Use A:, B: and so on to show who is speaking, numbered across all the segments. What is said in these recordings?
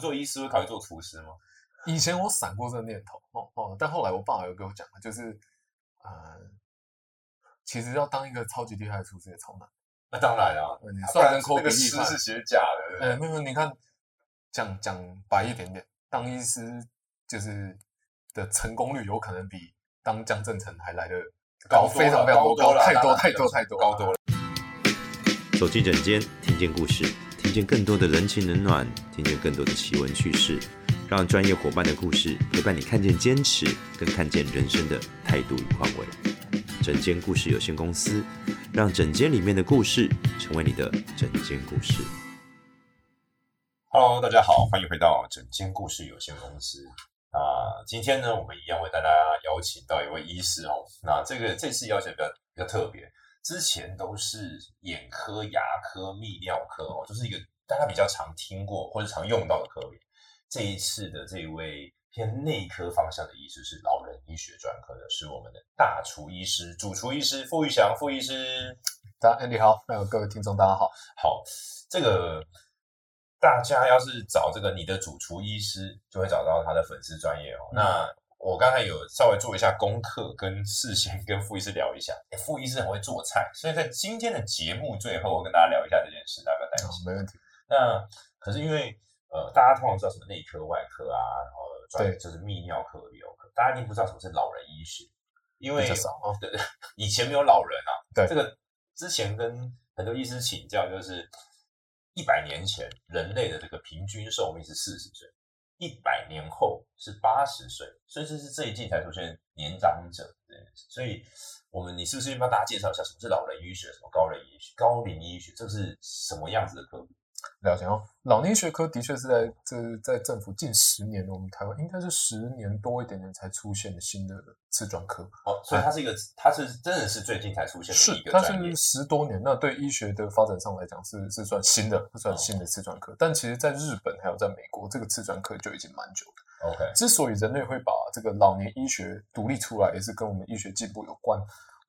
A: 做医师，会考虑做厨师吗？
B: 以前我闪过这个念头，哦哦，但后来我爸有给我讲，就是，呃，其实要当一个超级厉害的厨师也超难。
A: 那当然啊，
B: 嗯你
A: 啊
B: 算
A: 不然
B: 人口
A: 那个
B: 比例
A: 师
B: 吧
A: 是写假的，对啊不对
B: 呃，没有，没有你看，讲讲白一点点，当医师就是的成功率有可能比当江正成还来的高，
A: 多
B: 非
A: 了
B: 常非常
A: 高
B: 高，
A: 了啊
B: 太
A: 当
B: 多
A: 然
B: 太多太多
A: 高多了。
C: 走进诊间，听见故事，听见更多的人情冷暖，听见更多的奇闻趣事，让专业伙伴的故事陪伴你看见坚持，更看见人生的态度与宽慰。诊间故事有限公司，让诊间里面的故事成为你的诊间故事。
A: Hello，大家好，欢迎回到整间故事有限公司。那、今天呢，我们一样为大家邀请到一位医师哦。那这个这次邀请比较比较特别，之前都是眼科、牙科、泌尿科哦，就是一个大家比较常听过或者常用到的科别。这一次的这一位偏内科方向的医师是老人医学专科的，是我们的大厨医师、主厨医师傅玉祥傅医师。
B: 大家你好，还有各位听众大家好，
A: 好，这个大家要是找这个你的主厨医师，就会找到他的粉丝专业哦。那我刚才有稍微做一下功课，跟事先跟傅医师聊一下。诶傅医师很会做菜，所以在今天的节目最后，我跟大家聊一下这件事，大家不要担
B: 好
A: 心。
B: 啊没问题。
A: 那可是因为呃，大家通常知道什么内科、外科啊，然后专
B: 对
A: 就是泌尿科、泌尿科，大家一定不知道什么是老人医学，因为
B: 比较少哦
A: 对 以前没有老人啊。
B: 对
A: 这个之前跟很多医师请教，就是一百年前人类的这个平均寿命是四十岁，一百年后是八十岁，所以这是这一季才出现年长者这件事。所以，我们你是不是帮大家介绍一下什么是老人医学，什么高龄医学？高龄医学这是什么样子的科目？
B: 了解哦，老年医学科的确是在这在政府近十年，我们台湾应该是十年多一点点才出现的新的次专科，
A: 哦，所以它是一个，它是真的是最近才出现的一个
B: 它
A: 专业
B: 哎是十多年，那对医学的发展上来讲是是算新的，是
A: 哦
B: 算新的次专科。但其实，在日本还有在美国，这个次专科就已经蛮久了。
A: ，OK，
B: 之所以人类会把这个老年医学独立出来，也是跟我们医学进步有关。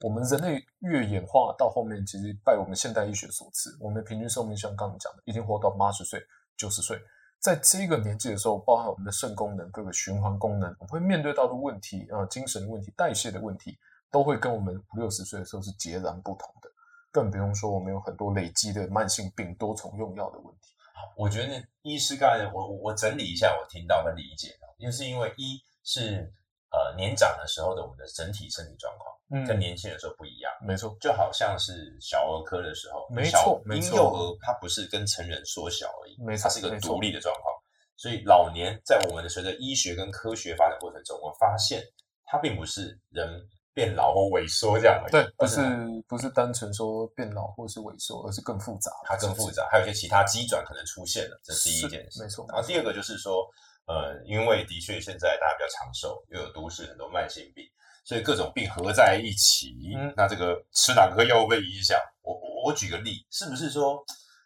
B: 我们人类越演化到后面，其实拜我们现代医学所赐，我们的平均寿命像刚刚讲的，已经活到八十岁、九十岁。在这个年纪的时候，包含我们的肾功能、各个循环功能，我们会面对到的问题啊、呃精神的问题、代谢的问题，都会跟我们五六十岁的时候是截然不同的。更不用说我们有很多累积的慢性病、多重用药的问题。
A: 我觉得医师刚才我我我整理一下我听到跟理解的，就是因为一是呃年长的时候的我们的整体身体状况跟
B: 嗯，
A: 年轻的时候不一样，
B: 没错，
A: 就好像是小儿科的时候，
B: 没
A: 小
B: 错没错
A: 婴幼儿它不是跟成人缩小而已，
B: 没错
A: 它是一个
B: 没错
A: 独立的状况。所以老年在我们的随着医学跟科学发展过程中，我们发现它并不是人变老或萎缩这样而已，
B: 对，不
A: 而
B: 是不是单纯说变老或是萎缩，而是更复杂，
A: 它更复。杂，还有一些其他机转可能出现了，这是第一
B: 是
A: 件事。
B: 没错
A: 然后第二个就是说，呃，因为的确现在大家比较长寿，又有都市很多慢性病，所以各种病合在一起，
B: 嗯
A: 那这个吃哪颗药会被影响？我我我举个例，是不是说，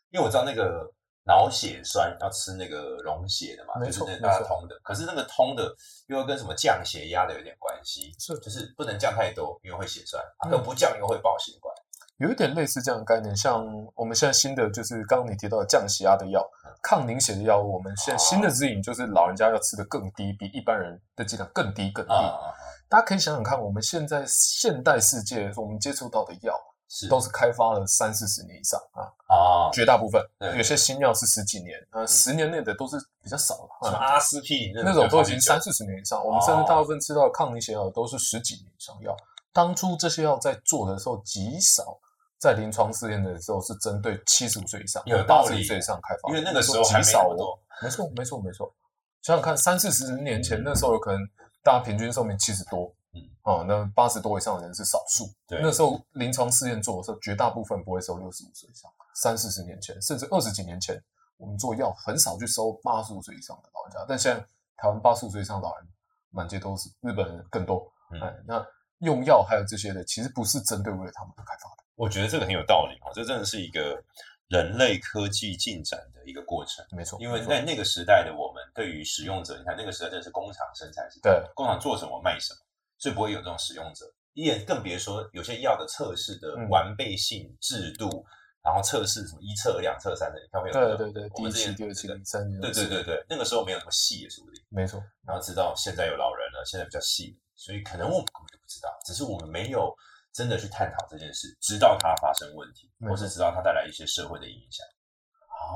A: 因为我知道那个脑血栓要吃那个溶血的嘛，
B: 没
A: 就是
B: 错
A: 那
B: 没
A: 大家
B: 错
A: 通的，可是那个通的又跟什么降血压的有点关系，
B: 是
A: 就是不能降太多，因为会血栓；啊，
B: 嗯
A: 可不降又会爆血管。
B: 有一点类似这样的概念，像我们现在新的就是刚刚你提到的降血压的药、抗凝血的药物，我们现在新的指引就是老人家要吃的更低，比一般人的剂量更低更低。
A: 啊、
B: 大家可以想想看，我们现在现代世界我们接触到的药
A: 是
B: 都是开发了三四十年以上啊，
A: 啊，
B: 绝大部分
A: 对
B: 有些新药是十几年，呃，十年内的都是比较少了
A: 什么
B: 啊。
A: 阿司匹林
B: 那种都已经
A: 就
B: 三四十年以上，我们
A: 哦
B: 甚至大部分吃到的抗凝血药都是十几年以上药。当初这些药在做的时候，极少在临床试验的时候是针对七十五岁以上、
A: 有道
B: 八
A: 理
B: 十岁以上开发，
A: 因为那个时候还没
B: 极
A: 那
B: 少
A: 么
B: 哦
A: 多。
B: 没错，没错，没错。想想看，三四十年前那时候，有可能大家平均寿命七十多，
A: 嗯
B: 嗯，哦，那八十多以上的人是少数。
A: 对，
B: 那时候临床试验做的时候，绝大部分不会收六十五岁以上，三四十年前，甚至二十几年前，我们做药很少去收八十五岁以上的老人家。但现在台湾八十五岁以上老人满街都是，日本人更多。
A: 嗯
B: 哎，那用药还有这些的，其实不是针对为了他们而开发的。
A: 我觉得这个很有道理啊，这真的是一个人类科技进展的一个过程。
B: 没错，
A: 因为
B: 没错
A: 在那个时代的我们，对于使用者，你看那个时代真的是工厂生产时代，
B: 对
A: 工厂做什么卖什么，所以不会有这种使用者，也更别说有些药的测试的
B: 嗯
A: 完备性、制度，然后测试什么一测、两测、三测，你看没有？
B: 对对对，
A: 我
B: 第
A: 们
B: 一
A: 之
B: 期、
A: 前
B: 第二期、第三期，
A: 对对对对，那个时候没有那么细也说不定。
B: 没错，
A: 然后知道现在有老人了，现在比较细，所以可能我们根本就不知道，只是我们没有真的去探讨这件事，直到它发生问题，
B: 没
A: 或
B: 错
A: 是直到它带来一些社会的影响。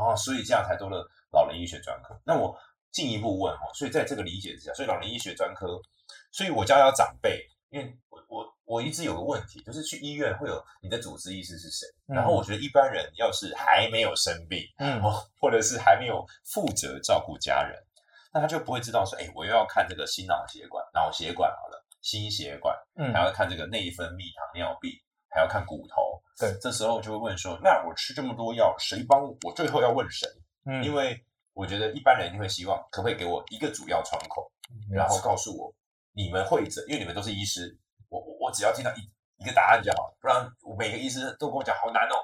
A: 哦，所以这样才多了老人医学专科。那我进一步问哦，所以在这个理解之下，所以老人医学专科，所以我教要长辈，因为我我我一直有个问题，就是去医院会有你的主治医师是谁？
B: 嗯
A: 然后我觉得一般人要是还没有生病，
B: 嗯
A: 哦，或者是还没有负责照顾家人，那他就不会知道说，哎，我又要看这个心脑血管、脑血管好了，心血管，
B: 嗯
A: 还要看这个内分泌、糖尿病，还要看骨头。
B: 对
A: 这时候就会问说，那我吃这么多药，谁帮我？我最后要问谁？
B: 嗯，
A: 因为我觉得一般人一定会希望，可不可以给我一个主要窗口，
B: 没
A: 然后
B: 错
A: 告诉我你们会诊，因为你们都是医师，我我我只要听到一一个答案就好了，不然我每个医师都跟我讲好难哦。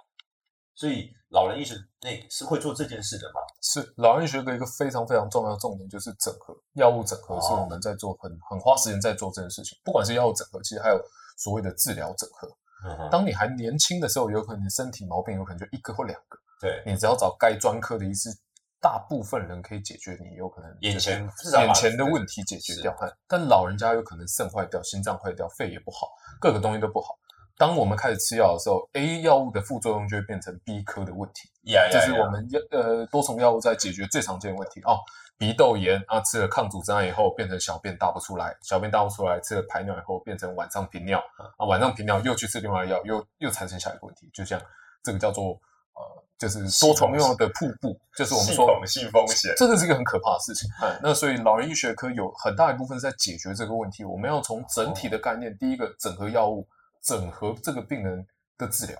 A: 所以老人医生那是会做这件事的吗？
B: 是老人医学的一个非常非常重要的重点，就是整合药物整合是
A: 哦
B: 我们在做很很花时间在做这件事情，不管是药物整合，其实还有所谓的治疗整合。
A: 嗯哼，
B: 当你还年轻的时候，有可能你身体毛病有可能就一个或两个，
A: 对，
B: 你只要找该专科的医师，大部分人可以解决你有可能
A: 眼前至少把
B: 眼前的问题解决
A: 是
B: 掉。哎但老人家有可能肾坏掉、心脏坏掉、肺也不好，各个东西都不好。当我们开始吃药的时候，A 药物的副作用就会变成 B 科的问题。
A: 呀呀
B: 这是
A: 哎呀
B: 我们药呃多重药物在解决最常见的问题哦。鼻窦炎啊，吃了抗组织胺以后变成小便大不出来，小便大不出来吃了排尿以后变成晚上频尿
A: 嗯
B: 啊，晚上频尿又去吃另外的药，又又产生下一个问题，就像这个叫做呃，就是多重药的瀑布，就是我们
A: 系
B: 说
A: 统性风险
B: 这个是一个很可怕的事情。哎，那所以老人医学科有很大一部分是在解决这个问题，我们要从整体
A: 哦
B: 的概念，第一个整合药物，整合这个病人的治疗。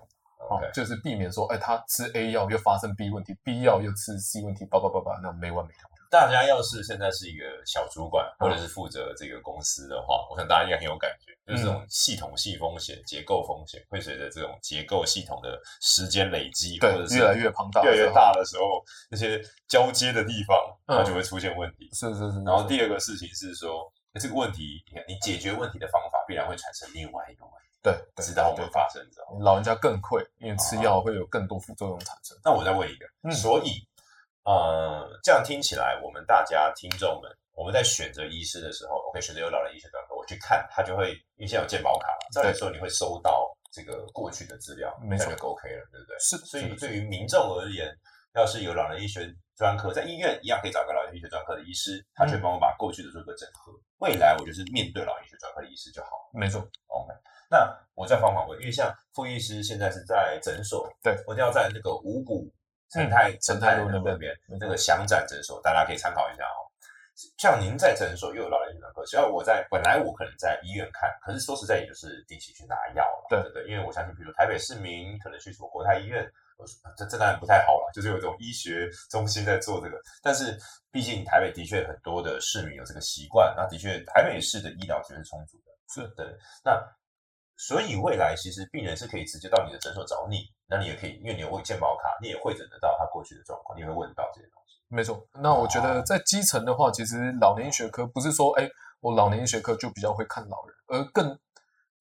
B: 哦
A: OK，，
B: 就是避免说，哎，他吃 A 药又发生 B 问题，B 药又吃 C 问题，叭叭叭叭，那没完没了。
A: 大家要是现在是一个小主管，
B: 嗯
A: 或者是负责这个公司的话，我想大家应该很有感觉，就是这种
B: 嗯
A: 系统性风险、结构风险，会随着这种结构系统的时间累积，或者
B: 对，
A: 是
B: 越来越庞大，
A: 越来越。大的时候，那些交接的地方，
B: 嗯
A: 它就会出现问题。
B: 是是是。
A: 然后第二个事情是说，这个问题，你看你解决问题的方法，必然会产生另外一个问题，
B: 对对，
A: 直到我
B: 对
A: 们发生之后。
B: 老人家更会，因为吃
A: 哦
B: 药会有更多副作用产生。
A: 那我再问一个，
B: 嗯
A: 所以呃，这样听起来，我们大家听众们，我们在选择医师的时候，OK，选择有老人医学专科，我去看，他就会因为现在有健保卡嘛，照理
B: 对
A: 说你会收到这个过去的资料，
B: 没错
A: 那就 OK 了，对不对？
B: 是
A: 所以
B: 是
A: 对于民众而言，要是有老人医学专科，在医院一样可以找个老人医学专科的医师，他去
B: 嗯
A: 帮我把过去的做一个整合。未来我就是面对老人医学专科的医师就好了。
B: 没错，
A: OK，那哦我再反反问，因为像傅医师现在是在诊所，
B: 对
A: 我一定要在那个五谷陈
B: 嗯
A: 泰
B: 陈
A: 泰
B: 泰
A: 路
B: 路
A: 那
B: 那边
A: 边
B: 没
A: 那
B: 错
A: 个祥展诊所，大家可以参考一下哦。像您在诊所又有老人专科，只要我在本来我可能在医院看，可是说实在也就是定期去拿药了，
B: 对
A: 不对？因为我相信，比如台北市民可能去什么国泰医院，我说这这当然不太好了，就是有一种医学中心在做这个，但是毕竟台北的确很多的市民有这个习惯，那的确台北市的医疗资源是充足的，
B: 是
A: 对。那所以未来其实病人是可以直接到你的诊所找你，那你也可以，因为你有健保卡，你也会诊得到他过去的状况，你也会问到这些东西。
B: 没错。那
A: 哦
B: 我觉得在基层的话，其实老年医学科不是说，哎，我老年医学科就比较会看老人，而更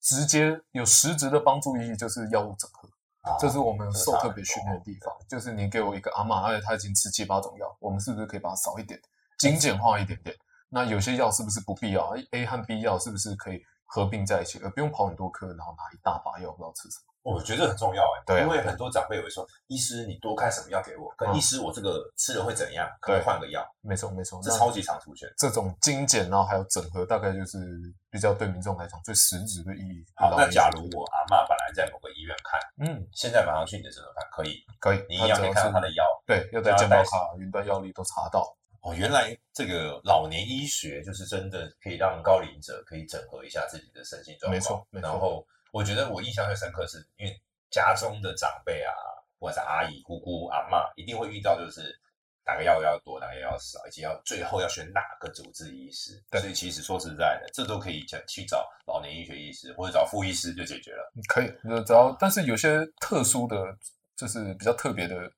B: 直接有实质的帮助意义就是药物整合。
A: 啊
B: 这是我们受特别训练的地方，就是你给我一个啊阿嬷，而且她已经吃七八种药，我们是不是可以把它少一点，精简化一点点？那有些药是不是不必要？A 和 B 药是不是可以合并在一起，而不用跑很多科，然后拿一大把药不知道吃什么？
A: 我觉得很重要哎、
B: 对啊
A: 因为很多长辈会说，医师你多开什么药给我，跟
B: 嗯
A: 医师我这个吃了会怎样，可能
B: 对
A: 换个药，
B: 没错，没错，
A: 这
B: 那
A: 超级常出现。
B: 这种精简，然后还有整合，大概就是比较对民众来讲最实质的意义。
A: 好，
B: 老
A: 那
B: 年
A: 假
B: 医
A: 如
B: 学
A: 我阿嬷本来在某个医院看，
B: 嗯
A: 现在马上去你的诊所看，可以，
B: 可以，
A: 你一样可以看到他
B: 只要
A: 的
B: 是
A: 药。
B: 对，要
A: 只
B: 带
A: 要
B: 健保
A: 带
B: 卡、云端药历都查到，
A: 哦，原来这个老年医学就是真的可以让高龄者可以整合一下自己的身心状况。
B: 没错没错
A: 然后我觉得我印象最深刻是，因为家中的长辈啊，或者是阿姨、姑姑、阿嬷，一定会遇到就是哪个药要多，哪个药要少，以及要最后要选哪个主治医师。
B: 对
A: 所以其实说实在的，这都可以去去找老年医学医师或者找副医师就解决了。
B: 可以，那只要但是有些特殊的，就是比较特别的，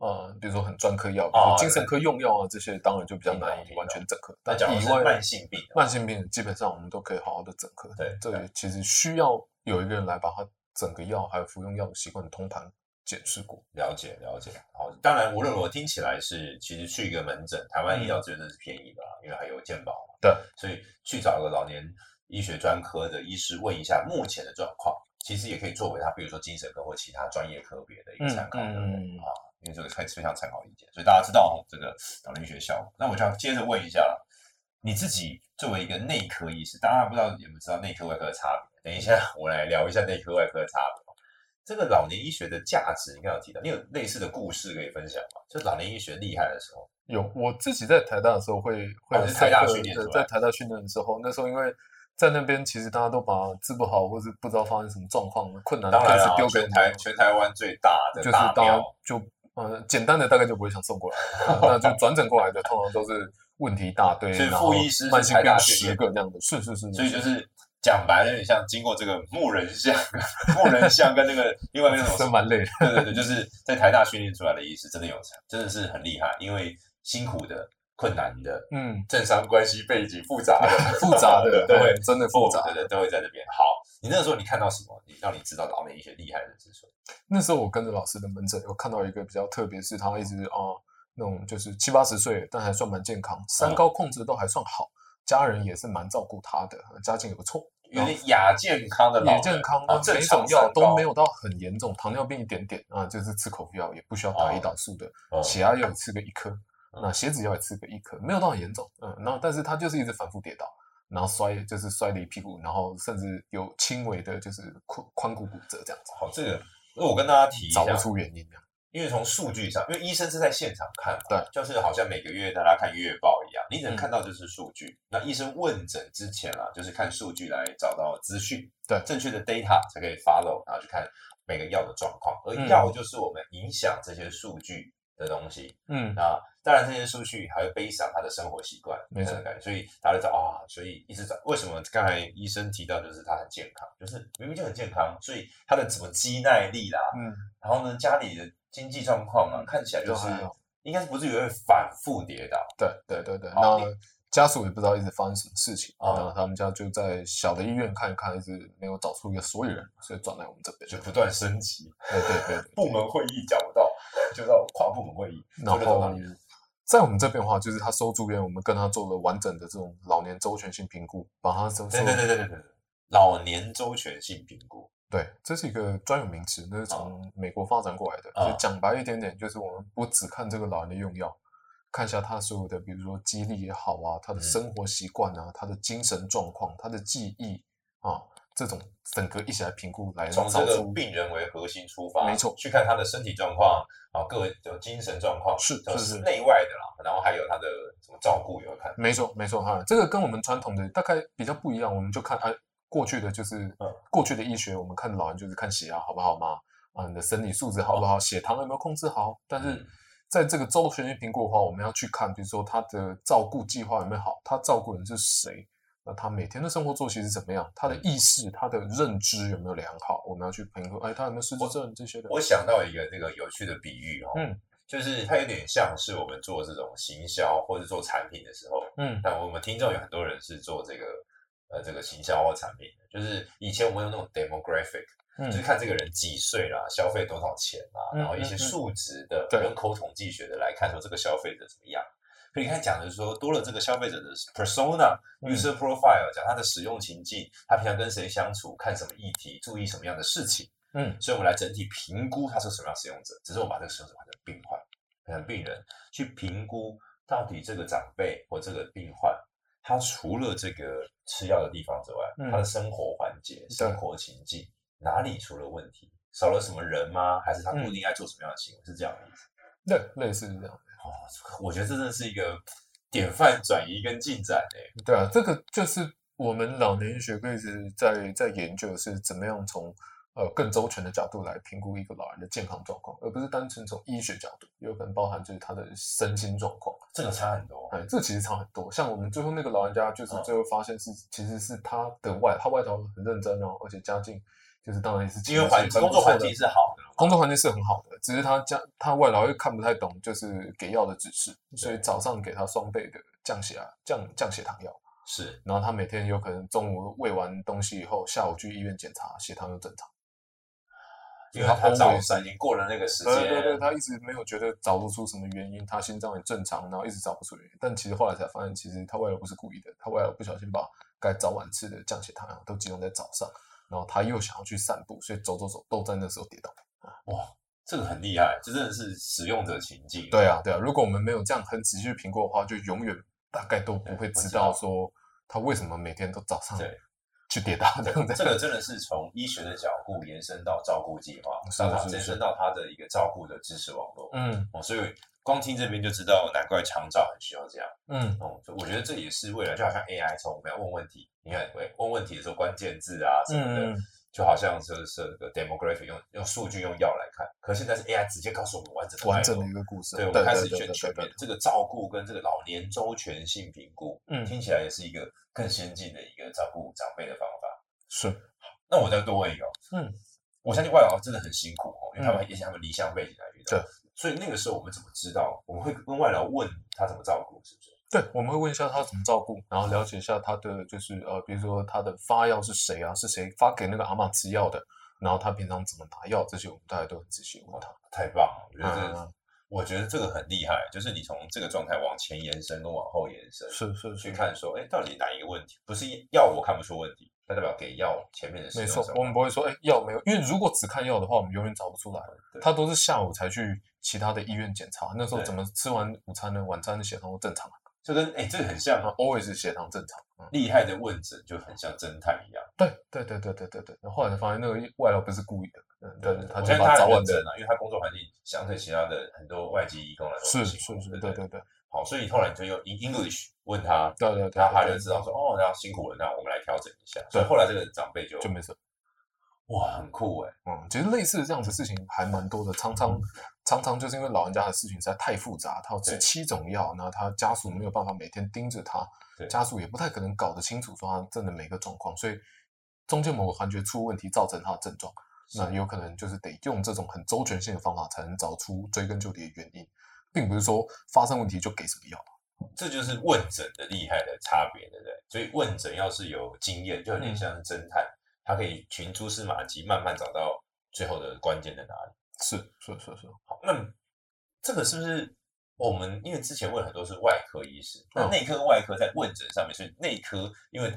B: 呃，比如说很专科药，比如
A: 哦
B: 说精神科用药啊，这些当然就比较
A: 明白
B: 难
A: 明
B: 以
A: 白
B: 完全整合。
A: 那
B: 但
A: 假如
B: 以
A: 是
B: 外
A: 慢性病的话
B: 慢性病基本上我们都可以好好的整合。
A: 对
B: 这
A: 对
B: 其实需要有一个人来把它整个药还有服用药的习惯通盘检视过。
A: 了解了解，好，当然无论我听起来是，其实去一个门诊，台湾医疗资源真的是便宜的啦，因为还有健保嘛，
B: 对，
A: 所以去找个老年医学专科的医师问一下目前的状况，其实也可以作为他，比如说精神科或其他专业科别的一个参考，
B: 嗯嗯
A: 对不对
B: 嗯
A: 啊？因为这个才非常参考意见，所以大家知道哦这个老年医学效果。那我就要接着问一下了，你自己作为一个内科医师，大家不知道有没有知道内科外科的差别？等一下我来聊一下内科外科的差别。哦这个老年医学的价值，你刚刚有提到，你有类似的故事可以分享吗？就老年医学厉害的时候，
B: 有，我自己在台大的时候会会
A: 哦
B: 来
A: 是台大
B: 上课
A: 训练
B: 对
A: 出来
B: 在台大训练的时候，那时候因为在那边其实大家都把治不好或是不知道发生什么状况、困难的
A: 当然
B: case
A: 了，
B: 丢给
A: 全
B: 你
A: 台全台湾最大的
B: 就是
A: 大
B: 大家
A: 庙，
B: 就呃简单的大概就不会想送过来， 那就转诊过来的通常都是问题一大堆，
A: 所以
B: 然后
A: 副医师是
B: 慢性
A: 台大
B: 病
A: 训
B: 十
A: 练
B: 个这样的，是是是，
A: 所以就是讲白了，有点像经过这个牧人像， 牧人像跟那个另外一个那
B: 真
A: 种，
B: 蛮累的，
A: 对对对，就是在台大训练出来的医师，真的有才，真的是很厉害，因为辛苦的、困难的、
B: 嗯，
A: 政商关系背景复杂的、
B: 复杂的，
A: 都会
B: 嗯真的复杂
A: 对。对对都会在这边。好，你那时候你看到什么？你让你知道老美医学厉害的之处？
B: 那时候我跟着老师的门诊，有看到一个比较特别，是他一直啊、呃那种就是七八十岁，但还算蛮健康，
A: 嗯
B: 三高控制都还算好，家人也是蛮照顾他的，家境也不错，
A: 有点亚健康的老人，
B: 也哦健康，
A: 啊
B: 那
A: 正
B: 每
A: 常
B: 种药
A: 三高
B: 都没有到很严重，糖尿病一点点啊，就是吃口服药也不需要打胰岛素的，
A: 嗯
B: 血压药也吃个一颗，
A: 嗯
B: 那血脂药也吃个一颗，没有到很严重，嗯，然后但是他就是一直反复跌倒。然后摔就是摔了一屁股，然后甚至有轻微的就是髋髋骨骨折这样子，
A: 好，这个那我跟大家提一下
B: 找，不出原因这样。
A: 因为从数据上，因为医生是在现场看嘛，
B: 对，
A: 就是好像每个月大家看月报一样，你只能
B: 嗯
A: 看到就是数据。那医生问诊之前啊，就是看数据来找到资讯，
B: 对
A: 正确的 data 才可以 follow，然后去看每个药的状况。而
B: 嗯
A: 药就是我们影响这些数据的东西，
B: 嗯，
A: 那当然，这些数据还会背上他的生活习惯，
B: 没错
A: 这样的感觉，所以大家就知道啊，所以一直在为什么刚才医生提到，就是他很健康，就是明明就很健康，所以他的什么肌耐力啦，
B: 嗯，
A: 然后呢家里的经济状况啊，看起来就
B: 都
A: 是
B: 还好
A: 应该是不至于会反复跌倒，
B: 对对对对。
A: 好
B: 那家属也不知道一直发生什么事情，
A: 啊
B: 那他们家就在小的医院看一看，一直没有找出一个所有人，所以转来我们这 边。
A: 就不断升级，
B: 对对 对对。
A: 部门会议讲不到，就到跨部门会议，
B: 然
A: 就到哪
B: 后
A: 里
B: 在我们这边的话，就是他收住院，我们跟他做了完整的这种老年周全性评估，把他怎么
A: 对对对对对对，老年周全性评估，
B: 对，这是一个专有名词，那是从美国发展过来的。
A: 啊
B: 就讲白一点点，就是我们不只看这个老人的用药，看一下他所有的，比如说肌力也好啊，他的
A: 嗯
B: 生活习惯啊，他的精神状况，他的记忆啊，这种整个一起来评估，来
A: 从这
B: 找
A: 个
B: 出
A: 病人为核心出发，
B: 没错
A: 去看他的身体状况，然后各的精神状况，
B: 是
A: 就是
B: 是
A: 内外的啦，然后还有他的什么照顾也会看，
B: 没错，没错哈，这个跟我们传统的大概比较不一样，我们就看啊，过去的就是、
A: 嗯
B: 过去的医学，我们看老人就是看血压好不好嘛，啊，你的生理素质好不好，血糖有没有控制好。但是
A: 嗯
B: 在这个周全性评估的话，我们要去看，比如说他的照顾计划有没有好，他照顾人是谁，那他每天的生活作息是怎么样，他的
A: 嗯
B: 意识、他的认知有没有良好，我们要去评估，哎，他有没有失智症这些的。
A: 我想到一个这个有趣的比喻哦，
B: 嗯
A: 就是它有点像是我们做这种行销或者做产品的时候，
B: 嗯，
A: 那我们听众有很多人是做这个呃这个行销或产品的，就是以前我们用那种 demographic，
B: 嗯
A: 就是看这个人几岁啦，消费多少钱啦，
B: 嗯
A: 然后一
B: 嗯
A: 些
B: 嗯
A: 数值的
B: 对
A: 人口统计学的来看说这个消费者怎么样。可你看讲的是说多了这个消费者的 persona、
B: 嗯
A: user profile，讲他的使用情境，他平常跟谁相处，看什么议题，注意什么样的事情，
B: 嗯
A: 所以我们来整体评估他是什么样的使用者。只是我们把这个使用者换成病患，变成病人去评估到底这个长辈或这个病患。他除了这个吃药的地方之外，
B: 嗯
A: 他的生活环节、生活情境哪里出了问题？少了什么人吗？还是
B: 嗯
A: 他固定爱做什么样的行为？是这样的意思。
B: 对，类似这样。
A: 哦，我觉得这真的是一个典范转移跟进展欸诶、
B: 对啊，这个就是我们老年医学会一直在在研究的是怎么样从呃更周全的角度来评估一个老人的健康状况，而不是单纯从医学角度，有可能包含就是他的身心状况。
A: 这个差很多。
B: 哎，这其实差很多。像我们最后那个老人家，就是
A: 嗯
B: 最后发现是、其实是他的外，他外头很认真哦，而且家境就是当然也是
A: 因为环工作环境是好的，
B: 工作环境是很好的，只是他家他外劳又看不太懂，就是给药的指示，所以早上给他双倍的降血压、降降血糖药。
A: 是
B: 然后他每天有可能中午喂完东西以后，下午去医院检查血糖又正常。
A: 因为他早已经过了那个时间，
B: 对对对，他一直没有觉得找不出什么原因，他心脏很正常，然后一直找不出原因。但其实后来才发现，其实他外劳不是故意的，他外劳不小心把该早晚吃的降血糖啊药都集中在早上，然后他又想要去散步，所以走走走都在那时候跌倒。
A: 哇，这个很厉害，这真的是使用者情境。
B: 对啊，对啊，如果我们没有这样很仔细去评估的话，就永远大概都不会知道说他为什么每天都早上
A: 对
B: 去跌倒这 样子。
A: 这个真的是从医学的角度延伸到照顾计划，
B: 是
A: 到它
B: 是
A: 延
B: 是
A: 伸到它的一个照顾的支持网络。
B: 嗯
A: 哦，所以光听这边就知道，难怪长照很需要这样。
B: 嗯，
A: 哦、就我觉得这也是未来，就好像 AI 从我们要问问题，你看喂问问题的时候关键字啊什么的，
B: 嗯
A: 就好像是是个 demographic 用用数据用药来看，可是现在是 AI 直接告诉我们完整的
B: 完
A: 脉
B: 整
A: 络
B: 的一个故事。
A: 对，我
B: 对
A: 们开始
B: 对
A: 全
B: 对
A: 全
B: 对对
A: 面这个照顾跟这个老年周全性评估，
B: 嗯
A: 听起来也是一个更先进的一个照顾长辈的方法。
B: 是
A: 那我再多问一个哦，
B: 嗯，
A: 我相信外劳真的很辛苦哦，因为他们
B: 嗯
A: 也许他们离乡背景来遇到，
B: 对，
A: 所以那个时候我们怎么知道？我们会跟外劳问他怎么照顾，是不是？
B: 对，我们会问一下他怎么照顾，然后了解一下他的就是呃，比如说他的发药是谁啊，是谁发给那个阿嬷吃药的，然后他平常怎么拿药，这些我们大家都很仔细问他。
A: 太棒了，我觉得这
B: 嗯
A: 我觉得这个很厉害，就是你从这个状态往前延伸跟往后延伸，
B: 是是
A: 去
B: 是，
A: 看说，哎，到底哪一个问题不是药我看不出问题，那代表给药前面的使
B: 没
A: 用
B: 错
A: 者，
B: 我们不会说哎药没有，因为如果只看药的话，我们永远找不出来。
A: 对
B: 他都是下午才去其他的医院检查，那时候
A: 对
B: 怎么吃完午餐呢？晚餐的血糖都正常啊
A: 就跟哎这个很像哦。
B: ，always 血糖正常。嗯，
A: 厉害的问诊就很像侦探一样，
B: 对对对对对对对。然后后来才发现那个外劳不是故意的，嗯，但是
A: 我
B: 他就
A: 相信
B: 把
A: 他
B: 早
A: 很
B: 晚
A: 认
B: 的
A: 真啊，因为他工作环境相对其他的很多外籍义工来说
B: 是
A: 很
B: 是
A: 辛苦
B: 是，
A: 对
B: 对
A: 不
B: 对
A: 对。
B: 对
A: 好，所以后来你就用 in English 问他，
B: 对对对，
A: 然后他
B: 对
A: 就知道说，哦，那辛苦了，那我们来调整一下。所以
B: 对
A: 后来这个长辈就
B: 就没事。
A: 哇，很酷哎，
B: 嗯，其实类似这样的事情还蛮多的，常常常常就是因为老人家的事情实在太复杂，他要吃
A: 对
B: 七种药，那他家属没有办法每天盯着他
A: 对，
B: 家属也不太可能搞得清楚说他真的每个状况，所以中间某个环节出问题，造成他的症状，那有可能就是得用这种很周全性的方法，才能找出追根究底的原因，并不是说发生问题就给什么药。
A: 这就是问诊的厉害的差别，对不对？所以问诊要是有经验，就有点
B: 嗯
A: 像是侦探，他可以寻蛛丝马迹，慢慢找到最后的关键在哪里。
B: 是是是是，
A: 好，那 这个是不是我们因为之前问很多是外科医师，那
B: 嗯
A: 内科、外科在问诊上面，所以内科因为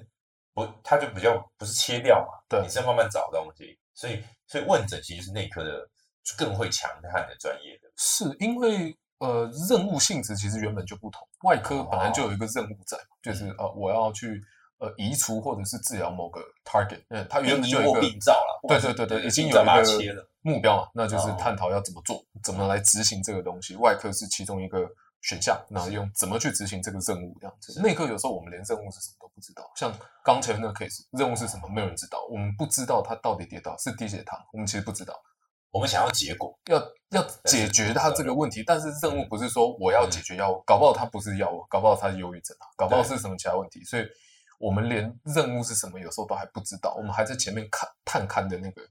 A: 不，它就比较不是切掉嘛，
B: 对
A: 你是要慢慢找东西，所以所以问诊其实是内科的更会强悍的专业的，
B: 是因为呃任务性质其实原本就不同，外科本来就有一个任务在，就是
A: 嗯
B: 呃我要去呃移除或者是治疗某个 target，嗯，它原
A: 病
B: 本
A: 因
B: 就有
A: 或
B: 一个
A: 病灶了，
B: 对对对对，已经有一
A: 把它
B: 个
A: 切了，
B: 目标嘛，那就是
A: 哦
B: 探讨要怎么做，怎么来执行这个东西。外科是其中一个选项，那
A: 是
B: 用怎么去执行这个任务这样子。
A: 是
B: 内科有时候我们连任务是什么都不知道，像刚才那个 case，任务是什么没有人知道，我们不知道他到底跌倒是低血糖，我们其实不知道。
A: 我们想要结果，
B: 要要
A: 但是
B: 解决他这个问题，但是任务不是说我要解决药物，搞不好他不是药物，搞不好他是忧郁症啊，搞不好
A: 对
B: 是什么其他问题，所以我们连任务是什么有时候都还不知道，我们还在前面看探勘的那个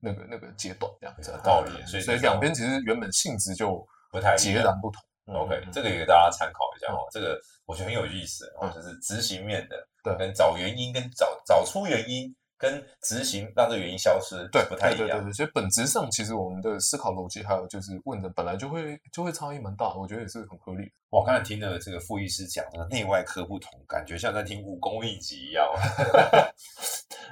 B: 那个那个阶段这样子
A: 有，道理所
B: 啊所
A: 以
B: 以
A: 就是
B: 两边其实原本性质就
A: 不太一样
B: 截然不同。嗯
A: OK，
B: 嗯
A: 这个也给大家参考一下哦。这个我觉得很有意思哦，
B: 嗯
A: 就是执行面的，
B: 对
A: 跟找原因、跟找找出原因、跟执行让这个原因消失，
B: 对
A: 不太一
B: 对对对
A: 样。
B: 对，所以本质上其实我们的思考逻辑还有就是问的本来就会就会差异蛮大，我觉得也是很合理的。
A: 我刚才听了这个傅医师讲这个内外科不同，感觉像在听武功秘籍一样。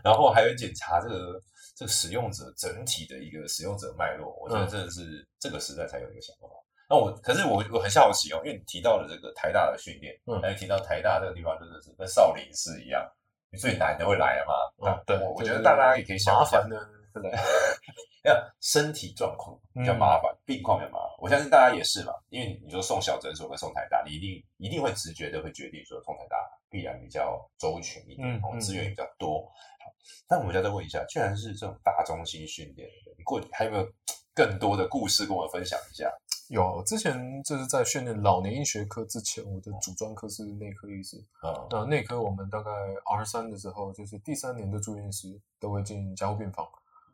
A: 然后还有检查这个这个使用者整体的一个使用者脉络，我觉得
B: 嗯
A: 真的是、这个时代才有一个想法。那我可是我我很好奇哦，因为你提到了这个台大的训练，
B: 嗯
A: 还有提到台大这个地方真的是跟少林寺一样，所以男的会来嘛？
B: 嗯，对，
A: 哦我我
B: 就
A: 觉得
B: 是
A: 大家也可以想
B: 麻
A: 象
B: 烦呢，对 不对？
A: 要身体状况比较
B: 嗯
A: 麻烦，病况比较麻烦。我相信大家也是嘛，因为你说送小诊所跟送台大，你一定一定会直觉的会决定说送台大必然比较周全一点，
B: 嗯
A: 哦，
B: 嗯
A: 资源也比较多。好，那我们就再问一下，居然是这种大中心训练，你过还有没有更多的故事跟我分享一下？
B: 有，啊之前就是在训练老年医学科之前，我的主专科是内科医师。
A: 嗯，
B: 那内科我们大概 R 三的时候，就是第三年的住院时都会进加护病房，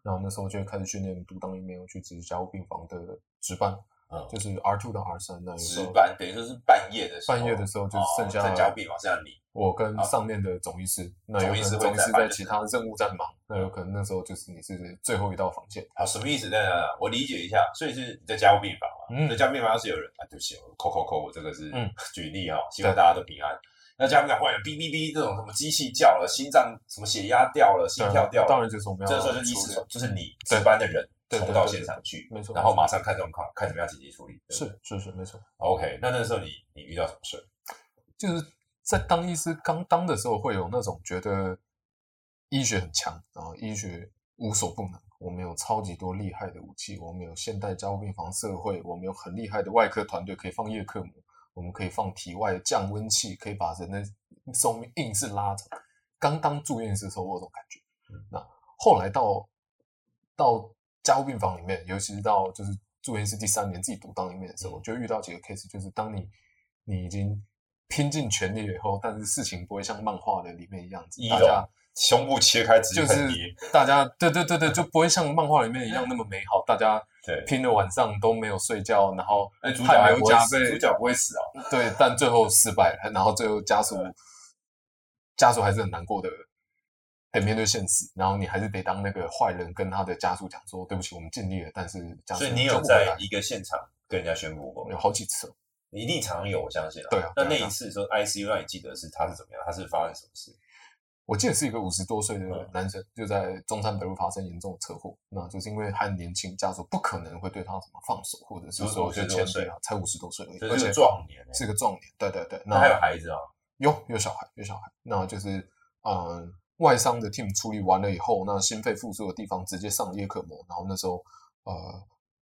B: 然后那时候就会开始训练独当一面，我去值加护病房的值班，
A: 嗯
B: 就是 R two 到 R 三那有时
A: 值
B: 候
A: 班等于说是半夜的时候，
B: 半夜的时候就
A: 哦
B: 剩下
A: 在交病房剩下你，
B: 我跟
A: 好
B: 上面的总医师，那有
A: 总
B: 可
A: 医师会
B: 能总医
A: 在
B: 师
A: 办
B: 在
A: 事
B: 其他任务在忙，那有可能那时候就是你是最后一道防线。
A: 好，什么意思？那我理解一下，所以是你在加护病房嘛？
B: 嗯
A: 那加护病房要是有人啊，对不起，我扣扣扣，我这个是
B: 嗯
A: 举例哈、希望大家都平安。那加护病房会有哔哔哔这种什么机器叫了，心脏什么血压掉了，心
B: 对啊
A: 跳掉
B: 当
A: 了，
B: 然就是我们
A: 这
B: 要
A: 时候就是医
B: 处理嗯
A: 师就是你值
B: 对
A: 班的人
B: 对对
A: 冲到
B: 对
A: 现
B: 对
A: 场去，
B: 没错
A: 然后
B: 没错
A: 马上看状况，看怎么样紧急处理。对
B: 是是是没错，
A: OK，那那时候你你遇到什么事？
B: 就是在当医师刚当的时候，会有那种觉得医学很强，然后医学无所不能，我们有超级多厉害的武器，我们有现代加护病房社会，我们有很厉害的外科团队，可以放叶克膜，我们可以放体外降温器，可以把人的寿命硬是拉长。刚当住院医师的时候，我有这种感觉。
A: 嗯
B: 那后来到到加护病房里面，尤其是到就是住院医师第三年自己独当一面的时候，我
A: 嗯
B: 就遇到几个 case，就是当你你已经拼尽全力了以后，但是事情不会像漫画的里面一样子，
A: 一哦
B: 大
A: 楼
B: 家
A: 胸部切开直接
B: 就
A: 喷
B: 是
A: 你，
B: 大家对对对对，就不会像漫画里面一样那么美好，大家
A: 对。
B: 拼了晚上都没有睡觉，然后
A: 哎，主角
B: 汗
A: 还
B: 流
A: 不会
B: 浃
A: 死，
B: 背
A: 主，角不会死哦。
B: 对，但最后失败了，然后最后家属家属还是很难过的，得面对现实，然后你还是得当那个坏人，跟他的家属讲说，对不起，我们尽力了，但是家属
A: 所以你
B: 救
A: 有
B: 不回
A: 在
B: 来
A: 一个现场跟人家宣布过
B: 有，好几次哦，
A: 你一定常有，我相信、啊。
B: 对啊
A: 那那
B: 对啊
A: 一次说 ICU 让你记得是他是怎么样，他是发生什么事？
B: 我记得是一个五十多岁的
A: 嗯
B: 男生，就在中山北路发生严重的车祸。那就是因为他很年轻，家属不可能会对他什么放手，或者是说
A: 50
B: 就
A: 多
B: 签
A: 岁
B: 对啊，才五十多岁而已，
A: 就
B: 而
A: 是
B: 且
A: 个壮年、欸，
B: 是个壮年。对对对，
A: 那还有孩子啊、
B: 有有小孩，有小孩，那就是呃外伤的 team 处理完了以后，那心肺复苏的地方直接上叶克膜，然后那时候呃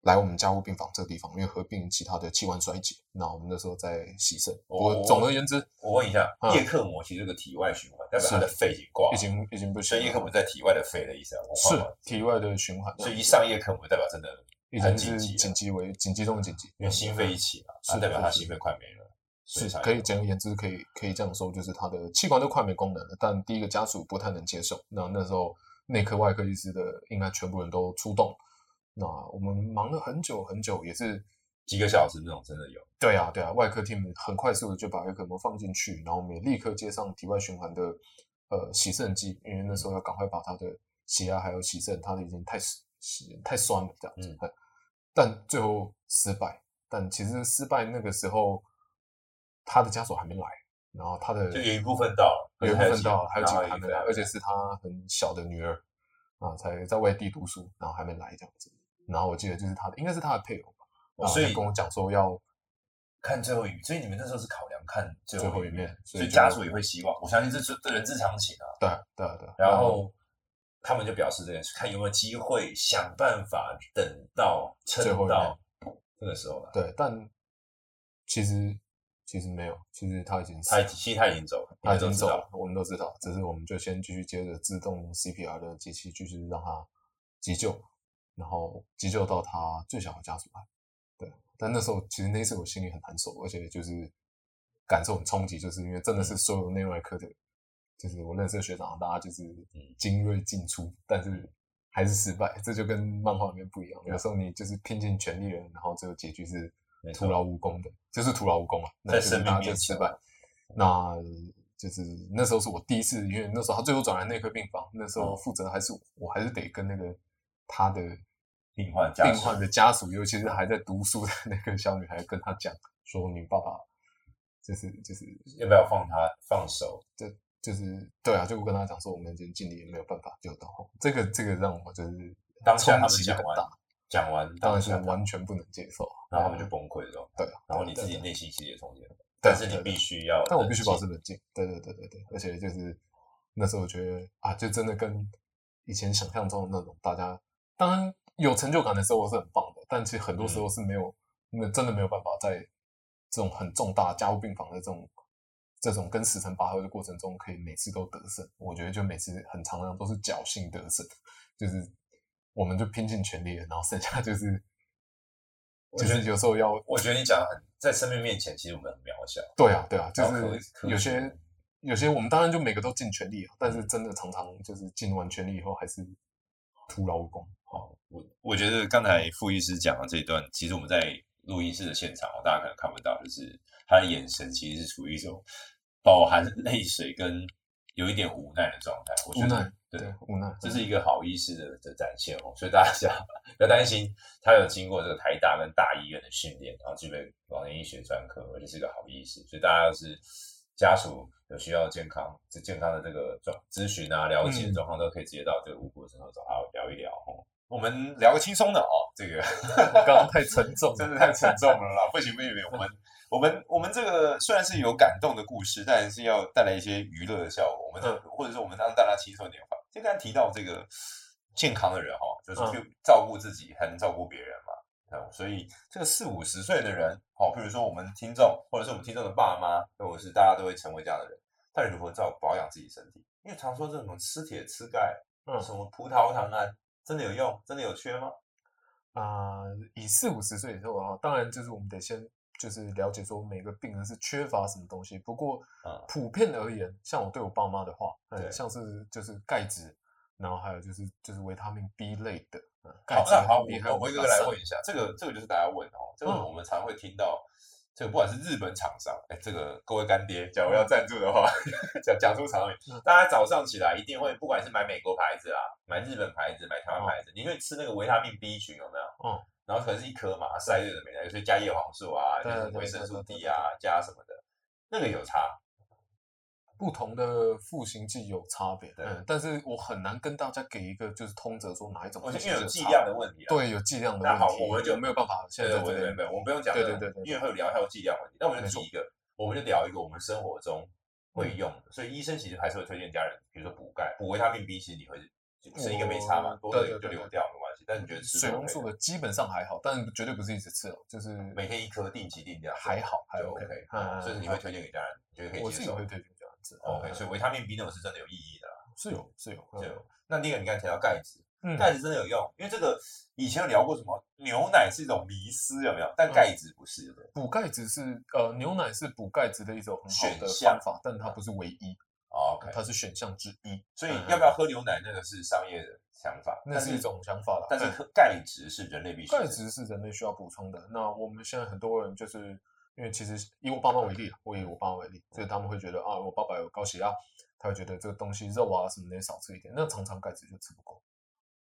B: 来我们加护病房这个地方，因为合并其他的器官衰竭，那我们那时候在牺牲。我总而言之，
A: 哦我问一下，
B: 嗯
A: 叶克膜其实是个体外循环，代表
B: 是
A: 他的肺已经挂了，
B: 已经已经不行
A: 所
B: 了
A: 以叶克膜在体外的肺的意思啊。我换
B: 是
A: 完
B: 体，外的循环，
A: 所以一上叶克膜代表真的
B: 已
A: 很
B: 经
A: 紧急了
B: 是紧急为紧急中的紧急，
A: 因为心肺一起嘛，啊
B: 是
A: 那代表他
B: 是是
A: 心肺快没了。所以
B: 是
A: 才
B: 可以
A: 有
B: 简而言之，可以可以这样说，就是他的器官都快没功能了，但第一个家属不太能接受。那那时候内科外科医师的应该全部人都出动，那我们忙了很久很久，也是
A: 几个小时那种真的有，
B: 对啊对啊，外科 team 很快速的就把 e c 膜放进去，然后我们也立刻接上体外循环的呃洗肾机，因为那时候要赶快把他的血压还有洗肾，他的已经太太酸了这样子。嗯、但最后失败，但其实失败那个时候他的家属还没来，然后他的
A: 就有一部分到了，
B: 有一部分到了，还有几个
A: 然后
B: 还
A: 一
B: 没
A: 个
B: 来，而且是他很小的女儿啊，才在外地读书，然后还没来这样子。然后我记得就是他的，应该是他的配偶吧，
A: 哦
B: 然后
A: 所以
B: 他跟我讲说要
A: 看最后一，所以你们那时候是考量看最
B: 最
A: 后
B: 后
A: 一
B: 一
A: 面
B: 面，
A: 所
B: 所以
A: 以
B: 就
A: 家属也会希望，我相信这是这人之常情啊。
B: 对啊对啊对啊，
A: 然后他们就表示这件事，看有没有机会想办法等到撑
B: 最后一
A: 到这个时候了。
B: 对，但其实其实没有，其实他已经死
A: 他
B: 了
A: 已其实他已经走了，
B: 他已
A: 你
B: 经
A: 们都知
B: 走
A: 道
B: 了，我们都知道，只是我们就先继续接着自动 CPR 的机器，继续让他急救，然后急救到他最小的家属来。对，但那时候其实那一次我心里很难受，而且就是感受很冲击，就是因为真的
A: 嗯
B: 是所有内外科的，就是我认识的学长，大家就是
A: 嗯
B: 精锐尽出，但是还是失败，这就跟漫画里面不一样。有时候你就是拼尽全力了，然后最后结局是
A: 没错
B: 徒劳无功的，就是徒劳无功啊，那
A: 在
B: 就是
A: 生命
B: 大家
A: 面
B: 就失
A: 前
B: 败。那就是那时候是我第一次，因为那时候他最后转来内科病房，那时
A: 嗯
B: 候负责的还是我，我还是得跟那个他的
A: 病患家属
B: 病患的家属，尤其是还在读书的那个小女孩，跟他讲说你爸爸就是就是
A: 要不要放他放手？
B: 就是对啊，就我跟他讲说我们已经尽力也没有办法救到，这个这个让我就是
A: 当下他
B: 冲
A: 们
B: 击
A: 讲
B: 很
A: 完
B: 大，
A: 讲完
B: 当然是
A: 下他
B: 完全不能接受，
A: 然后他们就崩溃了。
B: 对啊，
A: 然后你自己
B: 对
A: 内心世界中间，
B: 对
A: 但是你
B: 对
A: 必须要，
B: 但我必须保持。冷静。对对对对对，而且就是那时候我觉得啊，就真的跟以前想象中的那种大家，当然有成就感的时候是很棒的，但其实很多
A: 嗯
B: 时候是没有，那、真的没有办法在这种很重大加护病房的这种这种跟死神拔河的过程中，可以每次都得胜。我觉得就每次很常常都是侥幸得胜，就是我们就拼尽全力了，然后剩下就是。
A: 我
B: 就
A: 觉得
B: 是有时候要
A: 我觉得你讲得很在生命面前，其实我们很渺小。
B: 对啊，对啊，就
A: 然后可可
B: 是有
A: 惜
B: 些有些我们当然就每个都尽全力啊，但
A: 嗯
B: 是真的常常就是尽完全力以后还是徒劳无功。
A: 好，我我觉得刚才傅医师讲的这一段，其实我们在录音室的现场，大家可能看不到，就是他的眼神其实是处于一种饱含泪水跟有一点无奈的状态。我觉
B: 无奈
A: 得，
B: 对，无奈，
A: 这是一个好医师的的展现哦，所以大家不要担心，他有经过这个台大跟大医院的训练，然后具备老年医学专科，而且是一个好医师，所以大家要是家属有需要健康这健康的这个状咨询啊、了解
B: 嗯
A: 状况，都可以直接到这个吴博诊所找他聊一聊哦。我们聊个轻松的哦，这个
B: 刚刚太沉重了，
A: 真的太沉重了啦！ 不行不行不行，我们我们我们这个虽然是有感动的故事，但是要带来一些娱乐的效果。我们、
B: 嗯
A: 或者说我们让大家轻松一点吧。就刚才提到这个健康的人哈、哦，就是
B: 嗯
A: 去照顾自己，还能照顾别人嘛。嗯，所以这个四五十岁的人，哦，比如说我们听众，或者是我们听众的爸妈，或者是大家都会成为这样的人，到底如何照保养自己身体？因为常说这种吃铁吃钙，
B: 嗯
A: 什么葡萄糖胺，真的有用？真的有缺吗？
B: 啊、以四五十岁以后啊，当然就是我们得先就是了解说每个病人是缺乏什么东西。不过、
A: 嗯
B: 普遍而言，像我对我爸妈的话，
A: 对
B: 嗯，像是就是钙质，然后还有就是就是维他命 B 类的，嗯，钙
A: 好，
B: 质
A: 那好，我
B: B
A: 们
B: 还有
A: 我一
B: 维
A: 个
B: 他
A: 个来
B: 三
A: 问一下，这个这个就是大家问哦，这个
B: 嗯
A: 我们常会听到，这个不管是日本厂商，哎，这个各位干爹，假如要赞助的话，讲讲出场景
B: 嗯，
A: 大家早上起来一定会，不管是买美国牌子啊，买日本牌子，买台湾牌子，你会吃那个维他命 B 群有没有？
B: 嗯，
A: 然后可能是一颗嘛，晒日的没有，所以加叶黄素啊，
B: 对
A: 加
B: 对
A: 维生
B: 对
A: 素
B: 对对
A: D 啊，加什么的，那个有差，
B: 不同的复形剂有差别，
A: 对
B: 嗯，但是我很难跟大家给一个就是通则说哪一种
A: 我
B: 复
A: 觉
B: 形
A: 得
B: 剂
A: 因为有剂
B: 有差
A: 量的问题啊。
B: 对有剂量的
A: 那
B: 问
A: 好
B: 题，
A: 我们就
B: 没有办法现在
A: 对
B: 在
A: 对
B: 这
A: 对对对，
B: 边
A: 我们不用讲
B: 对
A: 这个，
B: 对对对对
A: 因为会有疗效剂量问题。那我们就
B: 没
A: 提
B: 错嗯
A: 一个，我们就聊一个我们生活中会用的，所以医生其实还是会推荐家人，比如说补钙、补维他命 B，其实你会就吃一个没差嘛，
B: 我
A: 多的
B: 哦对对
A: 就
B: 对
A: 流
B: 对
A: 掉没关系。但你觉得吃
B: 水
A: 多
B: 溶
A: 可以
B: 素的基本上还好，但绝对不是一直吃哦，就是
A: 每天一颗，定期定量
B: 还好，还
A: 就
B: OK，
A: OK，
B: 嗯
A: 所以你会推荐给家人，你觉得可以
B: 我
A: 接
B: 自己
A: 受
B: 会。推荐这样子。
A: OK，
B: 嗯
A: 所以维他命 B 那种是真的有意义的啦。
B: 是有是有，嗯
A: 就那第一个你刚才提到钙质，
B: 嗯
A: 钙质真的有用，因为这个以前有聊过什么牛奶是一种迷思，有没有？
B: 嗯
A: 但钙质不是，对不对？
B: 补钙质是呃牛奶是补钙质的一种很好
A: 选
B: 的
A: 项
B: 方法，但它不是唯一，
A: OK，
B: 它是选项之一。
A: 所以
B: 嗯
A: 要不要喝牛奶，那个是商业的想法，
B: 那
A: 但
B: 是一种想法啦
A: 但是
B: 嗯
A: 喝钙质是人类必须
B: 钙质是人类需要补充的。那我们现在很多人就是因为其实以我爸妈为例啊，我以我爸妈为例，就是他们会觉得啊，我爸爸有高血压，他会觉得这个东西肉啊什么的也少吃一点，那常常钙质就吃不够。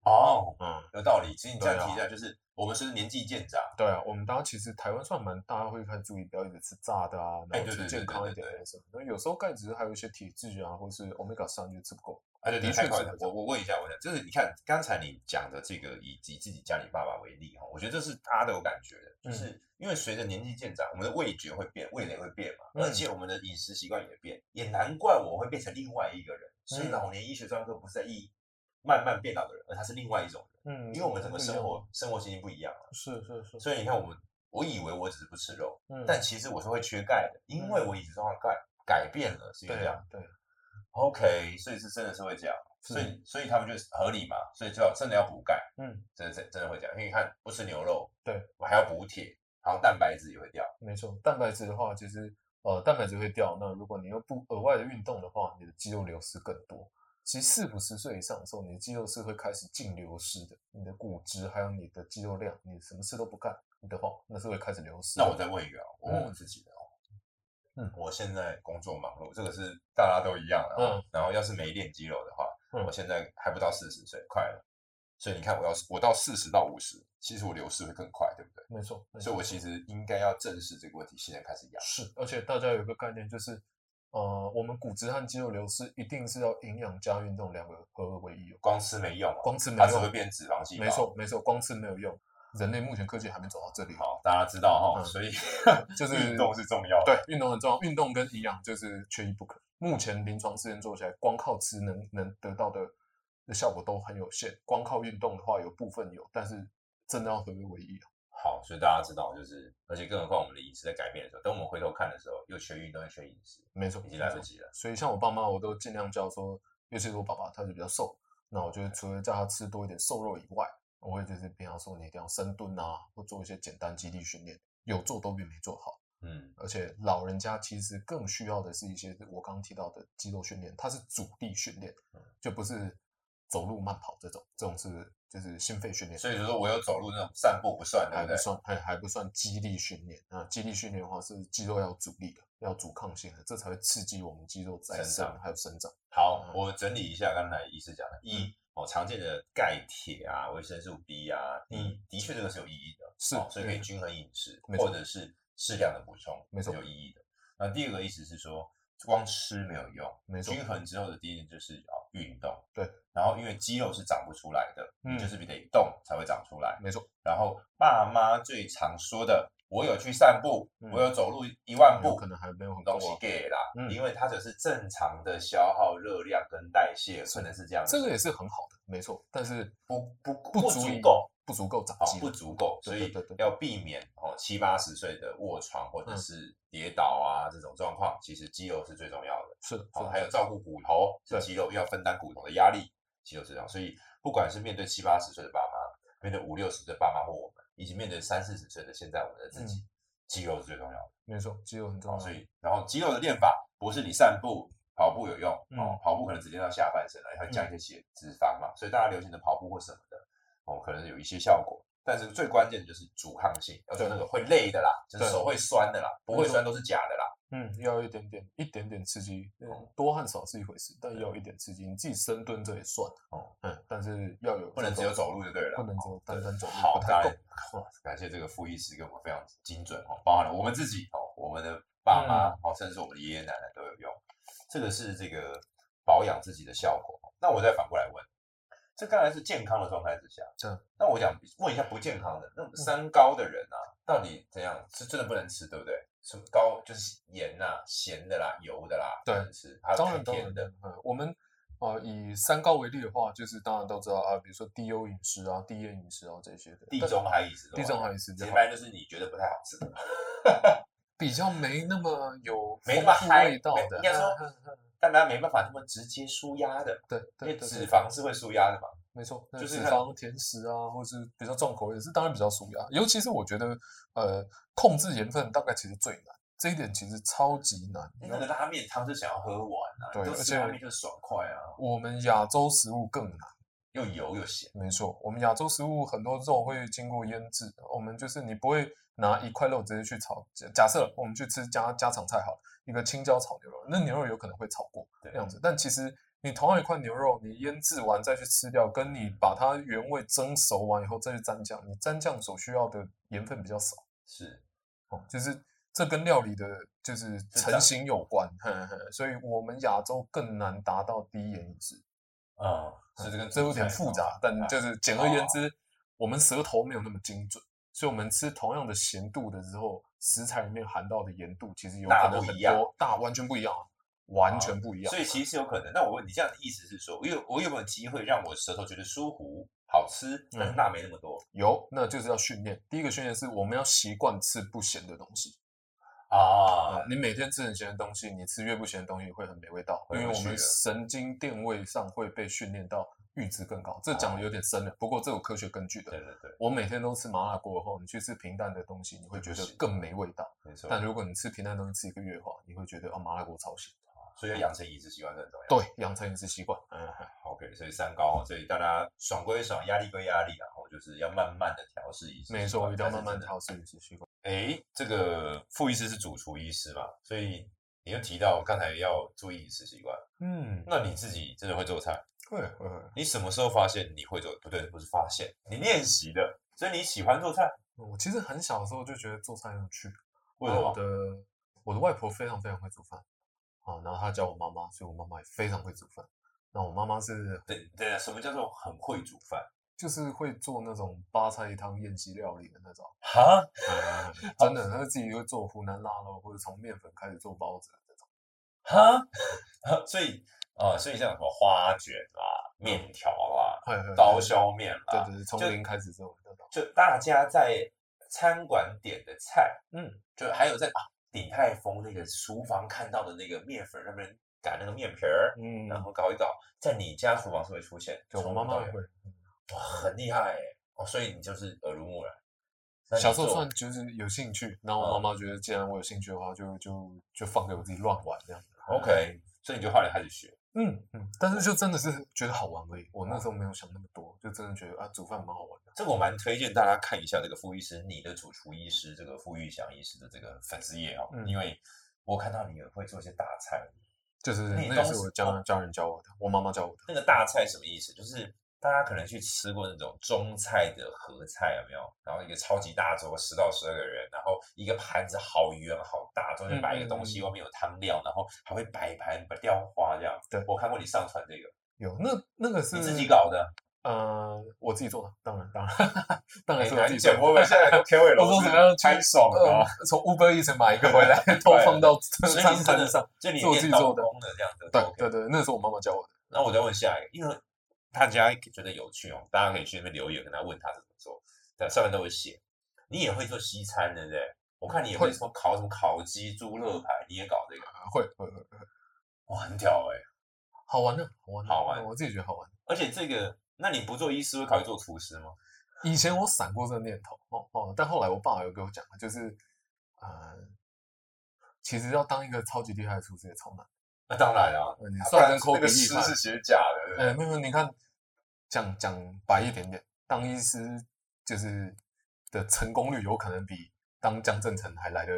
A: 哦，
B: 嗯，
A: 有道理。其实你这样
B: 对啊
A: 提一下，就是我们是年纪渐长，
B: 对啊，我们大家其实台湾算蛮大家会开始注意，不要一直吃炸的啊，
A: 哎对
B: 然后
A: 对
B: 吃
A: 对
B: 健
A: 对
B: 康一
A: 对
B: 点
A: 对
B: 的什么。那有时候钙质还有一些体质啊，或是 omega 三就吃不够。
A: 啊，对，
B: 的
A: 太
B: 确
A: 快
B: 是
A: 了
B: 会。这
A: 我
B: 样
A: 我问一下，我想就是你看刚才你讲的这个，以及自己家里爸爸为例哈，我觉得这是大家都有感觉的，就
B: 嗯
A: 是因为随着年纪渐长，我们的味觉会变，味蕾会变嘛，
B: 嗯
A: 而且我们的饮食习惯也变，也难怪我会变成另外一个人。所以
B: 嗯
A: 老年医学专科不是在医慢慢变老的人，而他是另外一种人，
B: 嗯
A: 因为我们整个
B: 不一
A: 生
B: 样
A: 活生活情境不一样了。
B: 是是是，
A: 所以你看，我们我以为我只是不吃肉，
B: 嗯
A: 但其实我是会缺钙的，因为我饮食状况钙改变了，是因
B: 对
A: 为这样
B: 啊。对啊，
A: OK，所以是真的是会这样，
B: 是
A: 所以所以他们就是合理嘛，所以就要真的要补钙，
B: 嗯，
A: 真的真真的会这样，因为你看不吃牛肉，
B: 对，
A: 我还要补铁，然后蛋白质也会掉，
B: 没错。蛋白质的话，其实呃蛋白质会掉，那如果你又不额外的运动的话，你的肌肉流失更多。其实四五十岁以上的时候，你的肌肉是会开始净流失的，你的骨质还有你的肌肉量，你什么事都不干你的话，那是会开始流失的。
A: 那我再问一个、哦，我问我自己的哦。
B: 嗯
A: 我现在工作忙碌，这个是大家都一样的、哦。
B: 嗯
A: 然后要是没练肌肉的话，
B: 嗯
A: 我现在还不到四十岁，快了。所以你看，我要是我到四十到五十，其实我流失会更快，对不对？
B: 没错，没错
A: 所以我其实应该要正视这个问题，现在开始养。
B: 是，而且大家有一个概念就是，呃，我们骨质和肌肉流失一定是要营养加运动两个合二为一哦。
A: 光吃没用啊，
B: 光吃没
A: 它只
B: 用
A: 会变脂肪细胞。
B: 没错，没错，光吃没有用，人类目前科技还没走到这里。哦
A: 好，大家知道哈、
B: 嗯
A: 所以
B: 就是
A: 运动是重要的。
B: 对，运动很重要，运动跟营养就是缺一不可。目前临床试验做起来，光靠吃能能得到的的效果都很有限，光靠运动的话有部分有，但是真的要合二为一啊。
A: 好，所以大家知道，就是而且更何况我们的饮食在改变的时候，等我们回头看的时候，又缺运动又缺饮食，
B: 没错，
A: 已经
B: 没
A: 来
B: 错
A: 不及了。
B: 所以像我爸妈，我都尽量叫说，尤其是我爸爸，他就比较瘦，那我就除了叫他吃多一点瘦肉以外，我会就是平常说你一定要深蹲啊，或做一些简单肌力训练，有做都比没做好。
A: 嗯，
B: 而且老人家其实更
A: 嗯
B: 需要的是一些我刚刚提到的肌肉训练，它是阻力训练，就不是走路慢跑这种，这种是就是心肺训练。
A: 所以就说我有走路那种散步不算，对
B: 还
A: 不
B: 不
A: 对？
B: 算，还还不算肌力训练。那肌力训练的话，是肌肉要有阻力的，要有阻抗性的，这才会刺激我们肌肉再
A: 生
B: 生
A: 长
B: 还有生长。
A: 好
B: 嗯，
A: 我整理一下刚才医师讲的，一哦常见的钙、铁啊、维生素 B 啊，
B: 嗯
A: 你的确这个是有意义的，
B: 是
A: 哦所以可以
B: 嗯
A: 均衡饮食，
B: 没错
A: 或者是适量的补充，
B: 没错
A: 是有意义的。那第二个意思是说，光吃没有用，
B: 没错
A: 均衡之后的第一件就是啊运动，
B: 对，
A: 然后因为肌肉是长不出来的，
B: 嗯
A: 你就是得动才会长出来。
B: 没错，
A: 然后爸妈最常说的，我有去散步，
B: 嗯
A: 我有走路一万
B: 有
A: 步
B: 可，能还没有很高
A: 东西
B: 啊。
A: 给啦，
B: 嗯
A: 因为它只是正常的消耗热量跟代谢，
B: 是
A: 可能是这样子，
B: 这个也是很好的，没错，但是
A: 不不
B: 不
A: 足
B: 以
A: 够，
B: 不足够长
A: 哦
B: 肌肉，
A: 不足够，所
B: 对
A: 以
B: 对对对
A: 要避免哦七八十岁的卧床或者
B: 嗯
A: 是跌倒啊这种状况，其实肌肉是最重要的。
B: 是的，是
A: 好，
B: 的
A: 哦还有照顾骨头
B: 对
A: 是肌肉要分担骨头的压力，肌肉是这样。所以不管是面对七八十岁的爸妈，面对五六十岁的爸妈或我们，以及面对三四十岁的现在我们
B: 嗯
A: 的自己，肌肉是最重要的。
B: 没错，肌肉很重
A: 哦，
B: 要。
A: 所以然后肌肉的练法不是你散步、跑步有用
B: 嗯
A: 哦，跑步可能直接到下半身了，会降一些血脂肪嘛，所以大家流行的跑步或什么的，哦，可能有一些效果。但是最关键的就是阻抗性，要做那个会累的啦，就是
B: 对
A: 手会酸的啦，不会
B: 没错
A: 酸都是假的啦。
B: 嗯，要有一点点，一点点刺激，
A: 哦
B: 嗯，多和少是一回事，但要有一点刺激。你自己深蹲这也算，
A: 哦，
B: 嗯，但是要有
A: 不能只有走路就对了，
B: 不能只有单单走路
A: 好，
B: 不
A: 当
B: 太
A: 然
B: 够。
A: 哇感谢这个傅医师给我们非常精准哦，包含了我们自己哦，我们的爸妈
B: 嗯
A: 哦，甚至是我们的爷爷奶奶都有用。这个是这个保养自己的效果。哦那我再反过来问，这当然是健康的状态之下。
B: 嗯。
A: 那我想问一下不健康的，那种三高的人啊，到底怎样？是真的不能吃，对不对？什么高就是盐呐、咸的啦、油的啦，
B: 对
A: 不能吃，还有
B: 当
A: 太
B: 然，当然
A: 甜的。，
B: 嗯，我们呃以三高为例的话，就是大家都知道啊，比如说低油饮食啊、低盐饮食啊这些的。
A: 地
B: 但
A: 中海饮食，
B: 地中海饮食这
A: 一
B: 样
A: 般就是你觉得不太好吃的，
B: 比较没那么有
A: 没那
B: 丰
A: 么
B: 富
A: 嗨，
B: 味道
A: 没
B: 的，
A: 应该说
B: 嗯嗯嗯，
A: 但大家没办法那么直接舒压的，
B: 对
A: 因
B: 对
A: 为
B: 对，
A: 脂
B: 对
A: 肪是会舒压的嘛。
B: 没错，那
A: 就是
B: 脂
A: 看
B: 肪甜食啊，或是比较重口味的，是当然比较舒压。尤其是我觉得，呃，控制盐分大概其实最难，这一点其实超级难。
A: 因为那个拉面汤是想要喝完啊，
B: 哎对
A: 你都吃
B: 而且
A: 拉面就爽快啊，
B: 我们亚洲食物更难，
A: 又油又咸。
B: 没错，我们亚洲食物很多肉会经过腌制，我们就是你不会拿一块肉直接去炒。假假设我们去吃家家常菜好了，一个青椒炒牛肉，那牛肉有可能会炒过
A: 对
B: 这样子，但其实你同样一块牛肉，你腌制完再去吃掉，跟你把它原味蒸熟完以后再去蘸酱，你蘸酱所需要的盐分比较少。
A: 是，
B: 哦，就是这跟料理的，就是成型有关，呵呵，所以我们亚洲更难达到低盐饮食，
A: 嗯，是这个
B: 这有点复
A: 啊
B: 杂，但就是简而
A: 哦
B: 言之，我们舌头没有那么精准，所以我们吃同样的咸度的时候，食材里面含到的盐度其实有
A: 大
B: 可能
A: 不
B: 很
A: 一样哦
B: 多大完全不一样，啊完全不一样，啊
A: 所以其实是有可能。那我问你，这样的意思是说，我有我有没有机会让我舌头觉得舒服、好吃，
B: 嗯
A: 但是钠没那么多
B: 有，那就是要训练。第一个训练是我们要习惯吃不咸的东西。啊
A: 啊，？
B: 你每天吃很咸的东西，你吃越不咸的东西会很没味道，
A: 会
B: 因为
A: 有
B: 我
A: 趣
B: 们
A: 的
B: 神经电位上会被训练到阈值更高。这讲
A: 啊
B: 的有点深了，不过这有科学根据
A: 对
B: 的。
A: 对对，
B: 我每天都吃麻辣锅后，你去吃平淡的东西，你会觉得更没味道。
A: 没错。
B: 但如果你吃平淡的东西吃一个月的话，你会觉得哦，麻辣锅超咸。
A: 所以要养成饮食习惯是很重要。
B: 对，养成饮食习惯。嗯，
A: OK，所以三高，所以大家爽归爽，压力归压力啊，然后就是要慢慢的调试饮食习惯。
B: 没错，一定
A: 但
B: 要
A: 是
B: 慢慢
A: 真的
B: 调试饮食习惯。
A: 诶，这个副医师是主厨医师嘛，所以你又提到刚才要注意饮食习惯。
B: 嗯，
A: 那你自己真的会做菜？
B: 会会会。
A: 你什么时候发现你会做？不对，不是发现，你练习的，所以你喜欢做菜。
B: 我其实很小的时候就觉得做菜很有趣，
A: 为什
B: 我
A: 么？
B: 的我的外婆非常非常会煮饭啊，然后她教我妈妈，所以我妈妈也非常会煮饭。那我妈妈是
A: 对对啊，什么叫做很会煮饭？
B: 就是会做那种八菜一汤宴席料理的那种，
A: 哈，嗯
B: 真的，她自己会做湖南腊肉，或者从面粉开始做包子的啊那种。
A: 哈， 所以啊、所以像什么花卷啦、面条啦、
B: 嘿嘿嘿
A: 刀削面啊
B: 对
A: 啦，
B: 对对，从
A: 就
B: 零开始做的那种。
A: 就大家在餐馆点的菜，
B: 嗯，
A: 就还有在啊鼎泰丰那个厨房看到的那个面粉上面擀那个面皮儿，
B: 嗯
A: 然后搞一搞，在你家厨房是会出现，
B: 对我
A: 从
B: 妈
A: 头到
B: 妈也
A: 尾
B: 会，
A: 哇，很厉害哎！哦，所以你就是耳濡目染。那你
B: 小时候
A: 做嗯
B: 算就是有兴趣，然后我妈妈觉得既然我有兴趣的话，就就就放给我自己乱玩这样子。
A: OK，所以你就后来开始学。
B: 嗯嗯，但是就真的是觉得好玩而已。我那时候没有想那么多，就真的觉得啊，煮饭蛮好玩的。
A: 这个我蛮推荐大家看一下这个傅医师，你的主厨医师这个傅玉祥医师的这个粉丝页哦，
B: 嗯
A: 因为我看到你也会做一些大菜，
B: 就是
A: 那你
B: 那也
A: 当
B: 是
A: 时哦
B: 我家家人教我的，我妈妈教我的。
A: 那个大菜什么意思？就是大家可能去吃过那种中菜的合菜，有没有？然后一个超级大桌，十到十二个人，然后一个盘子好圆好大，中间摆一个东西，
B: 嗯嗯嗯
A: 外面有汤料，然后还会摆盘摆雕花这样。
B: 对
A: 我看过你上传这个，
B: 有那那个是
A: 你自己搞的？
B: 呃，我自己做的，当然当然当然
A: 哎
B: 是我
A: 难
B: 自己做
A: 讲
B: 的。
A: 我们现 在都 KOL
B: 我说怎么样去
A: 拍手的啊
B: 呃，从 Uber 一直买一个回来，都放到
A: 所以
B: 餐
A: 你是真
B: 盘
A: 的
B: 上。，
A: 就你
B: 是我自
A: 练
B: 己
A: 刀
B: 做的
A: 工的这样子。
B: 对
A: OK
B: 对对，那是我妈妈教我的。
A: 那我再问下一个，因为大家觉得有趣哦，大家可以去那边留言跟他问他怎么做，在上面都有写。你也会做西餐，对不对？我看你也会
B: 会
A: 什么烤什么烤鸡、猪肋排，你也搞这个，
B: 啊会会会，会
A: 哇，很屌哎、
B: 好玩的，好玩的，
A: 好玩
B: 我自己觉得好玩。
A: 而且这个，那你不做医师，会考虑做厨师吗？
B: 以前我闪过这个念头，哦哦，但后来我爸有给我讲，就是呃，其实要当一个超级厉害的厨师也超难。
A: 那当然啊，
B: 嗯你
A: 啊
B: 算
A: 不然
B: 跟抠
A: 那个
B: 比例
A: 师
B: 嘛
A: 是啊写假的，对不对
B: 呃，没有，你看，讲讲白一点点，当医师就是的成功率有可能比当江正成还来的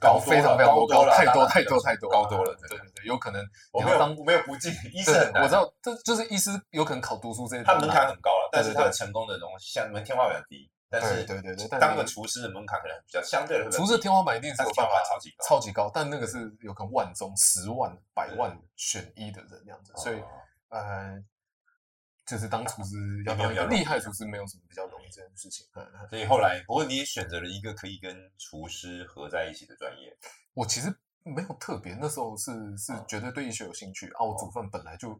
A: 高
B: 高，
A: 多
B: 非
A: 了
B: 常非常
A: 高多了
B: 太多
A: 当然
B: 太多太多
A: 高多了真
B: 对
A: 的
B: 对对，有可能
A: 我
B: 你
A: 没
B: 要
A: 有
B: 当
A: 我没有不敬，医师
B: 对
A: 很难，
B: 我知道，这就是医师有可能考读书这一
A: 它
B: 段
A: 门
B: 啦
A: 槛很高了，但是
B: 对对
A: 它的
B: 对
A: 成功的东西，像你们天花板低，但是
B: 对对对但
A: 当
B: 你
A: 个厨师的门槛可能比较相对的，
B: 厨师的天花板一定是
A: 但
B: 有
A: 是天
B: 办
A: 花板
B: 法
A: 超级高，
B: 超级高，但那个是有可能万中十万百万选一的人那样子，所以
A: 哦
B: 呃，就是当厨师
A: 也
B: 要
A: 没有
B: 当
A: 比较容易
B: 一个厉害厨师没有什么比较容易这件事情。嗯嗯
A: 所以后来，不过你也选择了一个可以跟厨师合在一起的专业，
B: 我其实没有特别，那时候是是
A: 嗯
B: 绝对对医学有兴趣啊，我
A: 哦
B: 煮饭本来就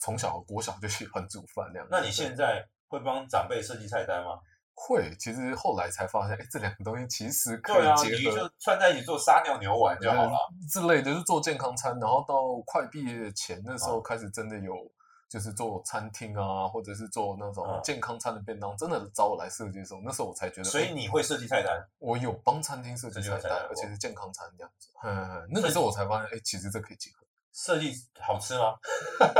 B: 从小国小就喜欢煮饭那样子。
A: 那你
B: 对
A: 现在会帮长辈设计菜单吗？
B: 会，其实后来才发现，哎，这两个东西其实可
A: 对
B: 以
A: 啊，
B: 结
A: 你
B: 合。
A: 就串在一起做撒尿牛丸就好了。
B: 之类的，就做健康餐，然后到快毕业前那时
A: 嗯
B: 候开始真的有，就是做餐厅啊，或者是做那种
A: 嗯
B: 健康餐的便当，真的找我来设计的时候，那时候我才觉得，
A: 所以
B: 诶
A: 你会设计菜单，
B: 我有帮餐厅设计
A: 这就
B: 菜
A: 菜单
B: 单，
A: 我
B: 而且是健康餐这样子。嗯，那个时候我才发现，哎，其实这可以结合，
A: 设计好吃吗？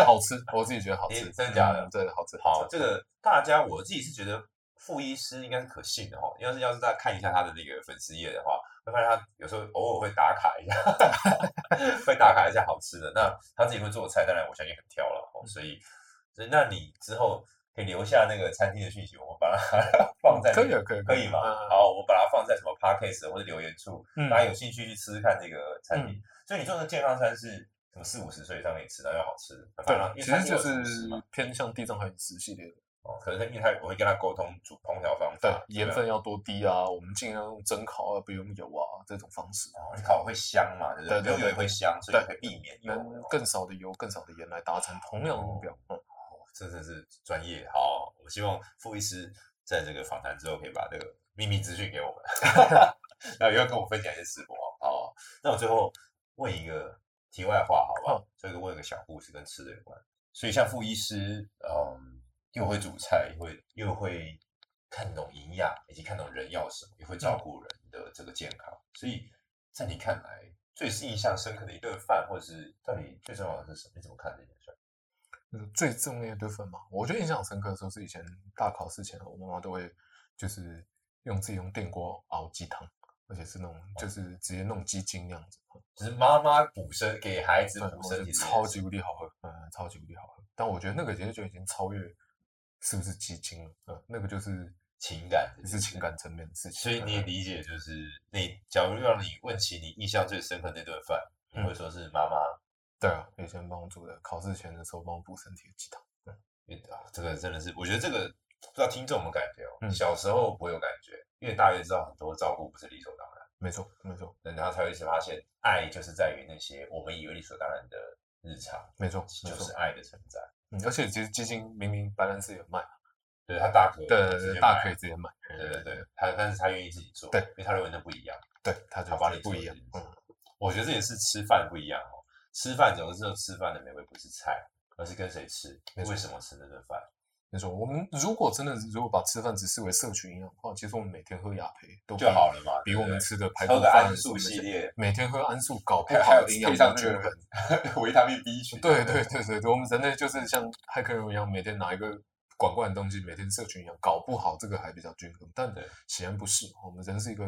B: 好吃，我自己觉得好吃
A: 诶，真的假的
B: 嗯对，好吃。
A: 好，
B: 好
A: 这
B: 吃
A: 个大家我自己是觉得傅医师应该是可信的哈。哦要是要是大家看一下他的那个粉丝页的话，会发现他有时候偶尔会打卡一下， 会打卡一下好吃的。那他自己会做菜，当然我相信很挑了
B: 嗯
A: 哦。所以，所以那你之后可以留下那个餐厅的讯息，我们把它放在那
B: 可以
A: 个
B: 啊，可以，
A: 可以吗？
B: 嗯
A: 好，我们把它放在什么 podcast 或者留言处，
B: 嗯
A: 大家有兴趣去吃吃看这个餐厅。所以你说的健康餐是什么四五十岁以上可以吃的，又好吃，反正因为
B: 对，嗯其实
A: 餐厅
B: 就
A: 有厨师
B: 是
A: 嘛。
B: 偏向地中海饮食系列的，
A: 哦，可是因为他我会跟他沟通煮烹调方
B: 对
A: 法，，啊
B: 盐
A: 吧
B: 分要多低啊，我们尽量用蒸烤啊，不用油啊这种方式。
A: 哦，你烤会香嘛，对不对？
B: 对对
A: 没有油也会香，所以
B: 对
A: 可以避免油。
B: 能更少的油、更少的盐来达成同样的目标。嗯，
A: 哦这真是专业。好，我希望傅医师在这个访谈之后，可以把这个秘密资讯给我们， 然后也要跟我分享一些食谱哦。好，那我最后问一个题外话，好吧？这个问一个小故事跟吃的有关。所以像傅医师，嗯，又会煮菜，又会又会看懂营养，以及看懂人要什么，也会照顾人的这个健康。所以在你看来，最是印象深刻的一顿饭，或者是到底最重要的是什么？你怎么看这件事？
B: 就是嗯最重要的一顿饭嘛，我觉得印象深刻的时候是以前大考试前，我妈妈都会就是用自己用电锅熬鸡汤，而且是那
A: 哦
B: 种就是直接弄鸡精那样子，
A: 就是妈妈补身给孩子
B: 对，我
A: 补
B: 觉
A: 身
B: 得
A: 体，
B: 哦超级无敌好喝，嗯，超级无敌好喝。但我觉得那个其实就已经超越是不是鸡精了，嗯，那个就是
A: 情感这件
B: 是
A: 事
B: 情感层面的事情。
A: 所以你也
B: 嗯
A: 理解，就是你假如让你问起你印象最深刻那顿饭，你
B: 嗯
A: 会说是妈妈。
B: 对啊，以前帮我煮的，考试前的时候帮我补身体的鸡汤。
A: 因为啊这个真的是，我觉得这个不知道听众有没有感觉哦。
B: 嗯
A: 小时候不会有感觉，越大越知道很多照顾不是理所当然，
B: 没错，没错，
A: 那然后才会发现，爱就是在于那些我们以为理所当然的日常，
B: 没错，没
A: 就
B: 错
A: 是。爱的存在。
B: 嗯，而且其实基金明明白兰氏有卖，
A: 对他大可
B: 对
A: 直接
B: 大
A: 买
B: 可以直接买，
A: 对对对，他但是他愿意自己做，
B: 对
A: 因为他认为那不一样。
B: 对，它就
A: 他帮你
B: 不
A: 做
B: 一样
A: 这件，事
B: 嗯，
A: 我觉得这也是吃饭不一样哦。吃饭有的时候吃饭的美味不是菜，而是跟谁吃，
B: 没错
A: 为什么吃那顿饭。
B: 没错，我们如果真的如果把吃饭只视为社群营养的话，其实我们每天喝雅培都
A: 就好了嘛，
B: 比
A: 对不
B: 我们
A: 对
B: 吃的排
A: 喝
B: 骨
A: 个
B: 饭
A: 安素
B: 什么
A: 系
B: 的
A: 列，
B: 每天喝安素，搞不
A: 还还
B: 好
A: 有
B: 哎营养
A: 配
B: 不
A: 上那
B: 均衡。
A: 个 维他命 B 群，
B: 对对对对对，我们人类就是像骇客人一样，每天拿一个管罐的东西，每天社群一样，搞不好这个还比较均衡，但
A: 对
B: 显然不是。我们人是一个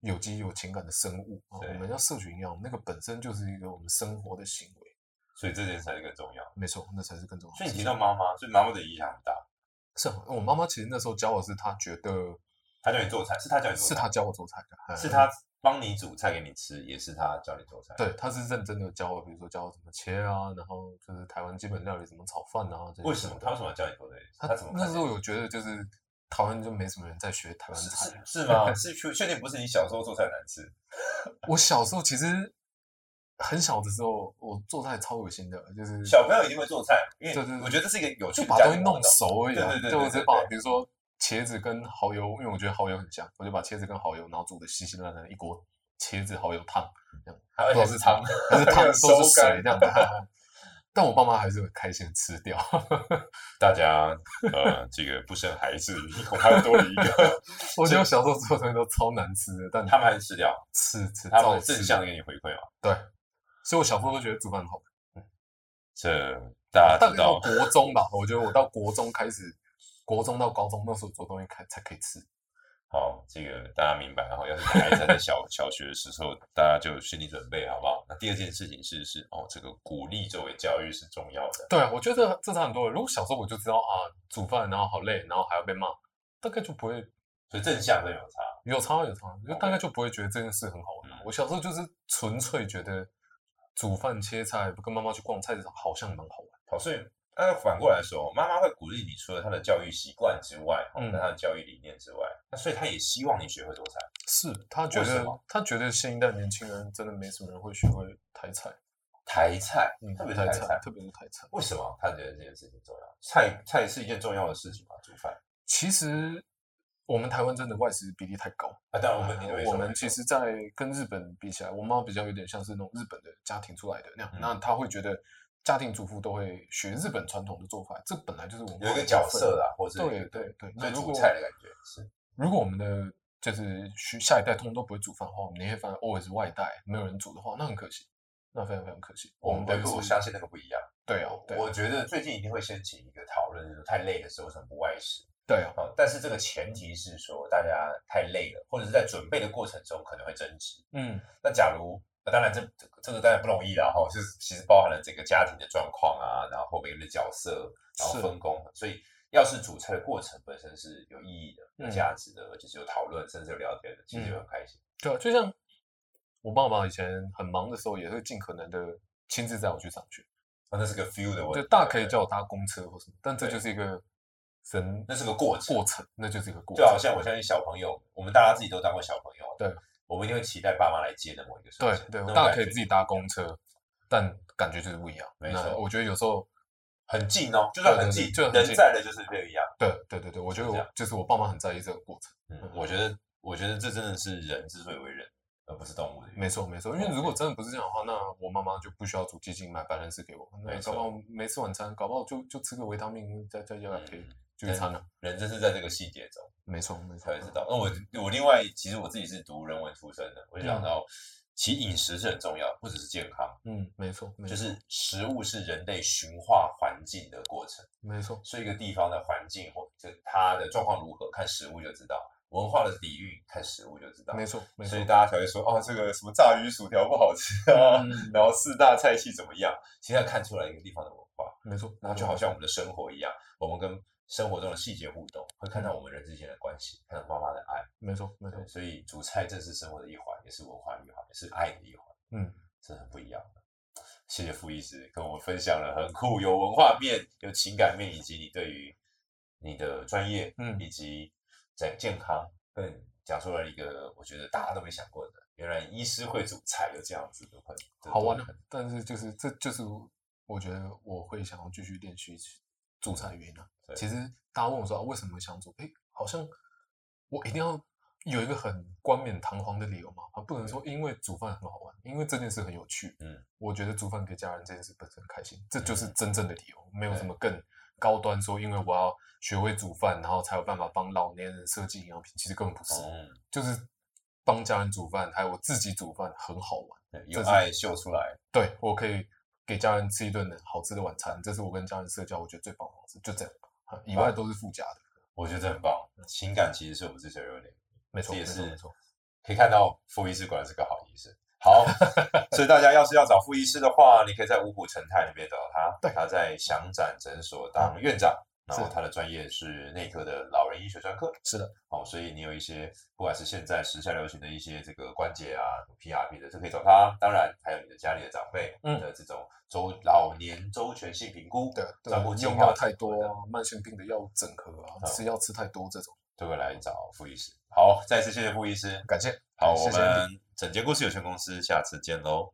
B: 有机有情感的生物啊，
A: 对
B: 我们要社群一样，那个本身就是一个我们生活的行为，
A: 所以这件事才是更重要。
B: 没错，那才是更重要的
A: 所以
B: 事
A: 你提
B: 情。
A: 到妈妈，所以妈妈的影响很大。
B: 是啊，我妈妈其实那时候教我是她觉得
A: 她叫你做菜，是她教你做
B: 是
A: 菜，
B: 她教我做菜的，
A: 是
B: 嗯
A: 她帮你煮菜给你吃，也是她教你做菜。
B: 对，他是认真的教我，比如说教我怎么切啊，然后就是台湾基本料理怎么炒饭啊。这些
A: 为什么
B: 东西
A: 她为什么要教你做这些？
B: 他
A: 她怎么
B: 那
A: 看
B: 时候有觉得就是台湾就没什么人在学台湾
A: 是
B: 菜啊。
A: 是是 吗？是确确定不是你小时候做菜难吃？
B: 我小时候其实很小的时候，我做菜超恶心的，就是
A: 小朋友一定会做菜，因为
B: 嗯对对对
A: 我觉得这是一个有趣
B: 就
A: 的
B: 把
A: 家
B: 东西
A: 庭活
B: 弄
A: 动。
B: 熟而已啊。
A: 对对对
B: 就
A: 对
B: 我只
A: 对
B: 把
A: 对
B: 比如说茄子跟蚝油，因为我觉得蚝油很香，我就把茄子跟蚝油然后煮的稀稀烂烂的一锅茄子蚝油汤，
A: 还有
B: 不知道是汤 还是汤
A: 还有
B: 都是
A: 收干
B: 水这样的。但我爸妈还是很开心地吃 掉。
A: 大家呃，这个不生孩子， 你恐怕又多了一个。
B: 我觉得我小时候做的东西都超难吃的，但
A: 他们还是吃掉，
B: 吃吃
A: 他
B: 照
A: 们
B: 吃
A: 正向给你回馈嘛。
B: 对，所以我小时候都觉得煮饭很好吃。
A: 这大家
B: 但
A: 知
B: 到
A: 道，
B: 国中吧，我觉得我到国中开始，国中到高中那时候做东西开才可以吃。
A: 好，这个大家明白。然后，要是孩子还在小 小学的时候，大家就心理准备好不好？那第二件事情是是哦，这个鼓励作为教育是重要的。
B: 对，啊我觉得这差很多了。如果小时候我就知道啊，煮饭然后好累，然后还要被骂，大概就不会
A: 所以正向的有差，
B: 有差有差，就
A: OK
B: 大概就不会觉得这件事很好玩啊。
A: 嗯
B: 我小时候就是纯粹觉得煮饭切菜，跟妈妈去逛菜市场好像蛮好玩。
A: 好，所以那反过来说，妈妈会鼓励你，除了她的教育习惯之外，哦，
B: 嗯
A: 跟她的教育理念之外，那所以她也希望你学会做菜。
B: 是他觉
A: 为什
B: 得
A: 么
B: 他觉得新一代年轻人真的没什么人会学会台菜，
A: 台菜，特别是
B: 台
A: 台菜，
B: 特别是台嗯菜。
A: 为什么她觉得这件事情重要？菜菜是一件重要的事情嘛，煮饭
B: 其实我们台湾真的外食比例太高，
A: 啊，当然我
B: 我
A: 们你没
B: 们
A: 错
B: 我们
A: 没
B: 其
A: 错
B: 实，在跟日本比起来，我妈比较有点像是那种日本的家庭出来的那样，
A: 嗯
B: 那她会觉得家庭主妇都会学日本传统的做法，这本来就是文
A: 有
B: 化
A: 一
B: 的
A: 个
B: 一
A: 角
B: 部分
A: 色啊啦，或者
B: 对对对，
A: 所
B: 那
A: 以
B: 如
A: 煮
B: 果
A: 菜的感觉是
B: 如果我们的就是学下一代通通都不会煮饭的话，我们年夜饭 always 外带，没有人煮的话，那很可惜，那非常非常可惜。
A: 我
B: 们
A: 们的
B: 等于
A: 路，我
B: 是
A: 相信那个不一样。
B: 对啊，对
A: 我
B: 啊
A: 觉得最近一定会掀起一个讨论，就是太累的时候为什么不外食？
B: 对啊，
A: 啊，但是这个前提是说大家太累了，或者是在准备的过程中可能会争执。
B: 嗯，
A: 那假如，那当然这这个这个当然不容易啦，哈，就是其实包含了整个家庭的状况啊，然后每个人的角色，然后
B: 是
A: 分工，所以要是煮菜的过程本身是有意义的、有
B: 嗯
A: 价值的，而且是有讨论，甚至有聊天的，其实
B: 嗯
A: 就很开心。
B: 对啊，就像我爸爸以前很忙的时候，也会尽可能的亲自带我去上学。
A: 哦那那是个 feel 的问
B: 对，
A: 题，
B: 大可以
A: 对
B: 叫我搭公车或什么，但这
A: 对
B: 就是一个人，
A: 那是个过程
B: 过程，那就是一个过
A: 就
B: 程。
A: 好像我相信小朋友，我们大家自己都当过小朋友，
B: 对，
A: 我们一定会期待爸妈来接的某一个瞬
B: 对
A: 间。
B: 对，
A: 那
B: 我
A: 种
B: 大
A: 感
B: 可以
A: 觉
B: 自己搭公车，但感觉就是不一样。
A: 没
B: 那
A: 错
B: 我觉得有时候
A: 很近哦，就算很近，
B: 对对对就很
A: 人
B: 近
A: 在了就是这样。
B: 对对对对，我觉
A: 是
B: 得
A: 这
B: 我
A: 样
B: 就是我爸妈很在意这个过程。
A: 嗯，我觉得，我觉得这真的是人之所以为人，而不是动物的原因。
B: 没错没错，因为如果真的不是这样的话，那我妈妈就不需要煮鸡精买白兰氏给我，那
A: 没
B: 搞
A: 错
B: 不好每次晚餐搞不好就就吃个维他命再再加
A: 嗯，
B: 个配就一餐了。
A: 人真是在这个细节中
B: 没错没错
A: 才，会知道。那我我另外，其实我自己是读人文出身的，我就想到，其实饮食是很重要，不只是健康，
B: 嗯，没错没
A: 就
B: 错
A: 是食物是人类驯化环境的过程。
B: 没错，
A: 所以一个地方的环境或者它的状况如何，看食物就知道；文化的底蕴，看食物就知道。
B: 没错没错
A: 所以。大家才会说，哦，这个什么炸鱼薯条不好吃啊，
B: 嗯
A: 然后四大菜系怎么样？其实要看出来一个地方的文化，
B: 没错，
A: 然后就好像我们的生活一样，我们跟生活中的细节互动，会看
B: 嗯
A: 到我们人之间的关系，看到妈妈的爱。
B: 没错没错
A: 对，，所以煮菜正是生活的一环，也是文化的一环，也是爱的一环，
B: 嗯，
A: 这很不一样的。谢谢傅医师跟我们分享了很酷，有文化面、有情感面，以及你对于你的专业，
B: 嗯
A: 以及在健康，更讲述了一个我觉得大家都没想过的，原来医师会煮菜有这样子的很
B: 好玩啊
A: 很，
B: 但是就是这就是我觉得我会想要继续练习煮菜的原因啊。
A: 对
B: 其实大家问我说、啊为什么想煮，哎，好像我一定要有一个很冠冕堂皇的理由嘛，啊，不能说因为煮饭很好玩，因为这件事很有趣。
A: 嗯，
B: 我觉得煮饭给家人这件事本身很开心，这就是真正的理由，没有什么更高端说，因为我要学会煮饭，然后才有办法帮老年人设计营养品，其实根本不是，
A: 嗯，
B: 就是帮家人煮饭，还有我自己煮饭很好玩。
A: 有
B: 这是
A: 爱秀出来，
B: 对我可以给家人吃一顿好吃的晚餐，这是我跟家人社交我觉得最棒的方式，就这样，啊以
A: 哦
B: 外都是附加的。
A: 我觉得这很棒。情感其实是我们之前有点，
B: 没错
A: 这也
B: 没错
A: 是
B: 没错
A: 可以看到傅医师果然是个好医生。好，所以大家要是要找傅医师的话，你可以在五股成泰那边找到他
B: 对，嗯
A: 他在祥展诊所当院长，然后
B: 是
A: 他的专业是内科的老人医学专科。
B: 是的，
A: 哦，所以你有一些不管是现在时下流行的一些这个关节啊、PRP 的，都可以找他。当然，还有你的家里的长辈
B: 嗯
A: 的这种周老年周全性评估，
B: 对，对
A: 照顾计
B: 用
A: 划
B: 药太
A: 什么
B: 多
A: 的
B: 啊，慢性病的药整合啊，
A: 嗯
B: 吃药吃太多这种，
A: 都会来找傅医师。好，再次谢谢傅医师。
B: 感谢。
A: 好，
B: 谢
A: 我
B: 谢
A: 们整间故事有限公司下次见喽。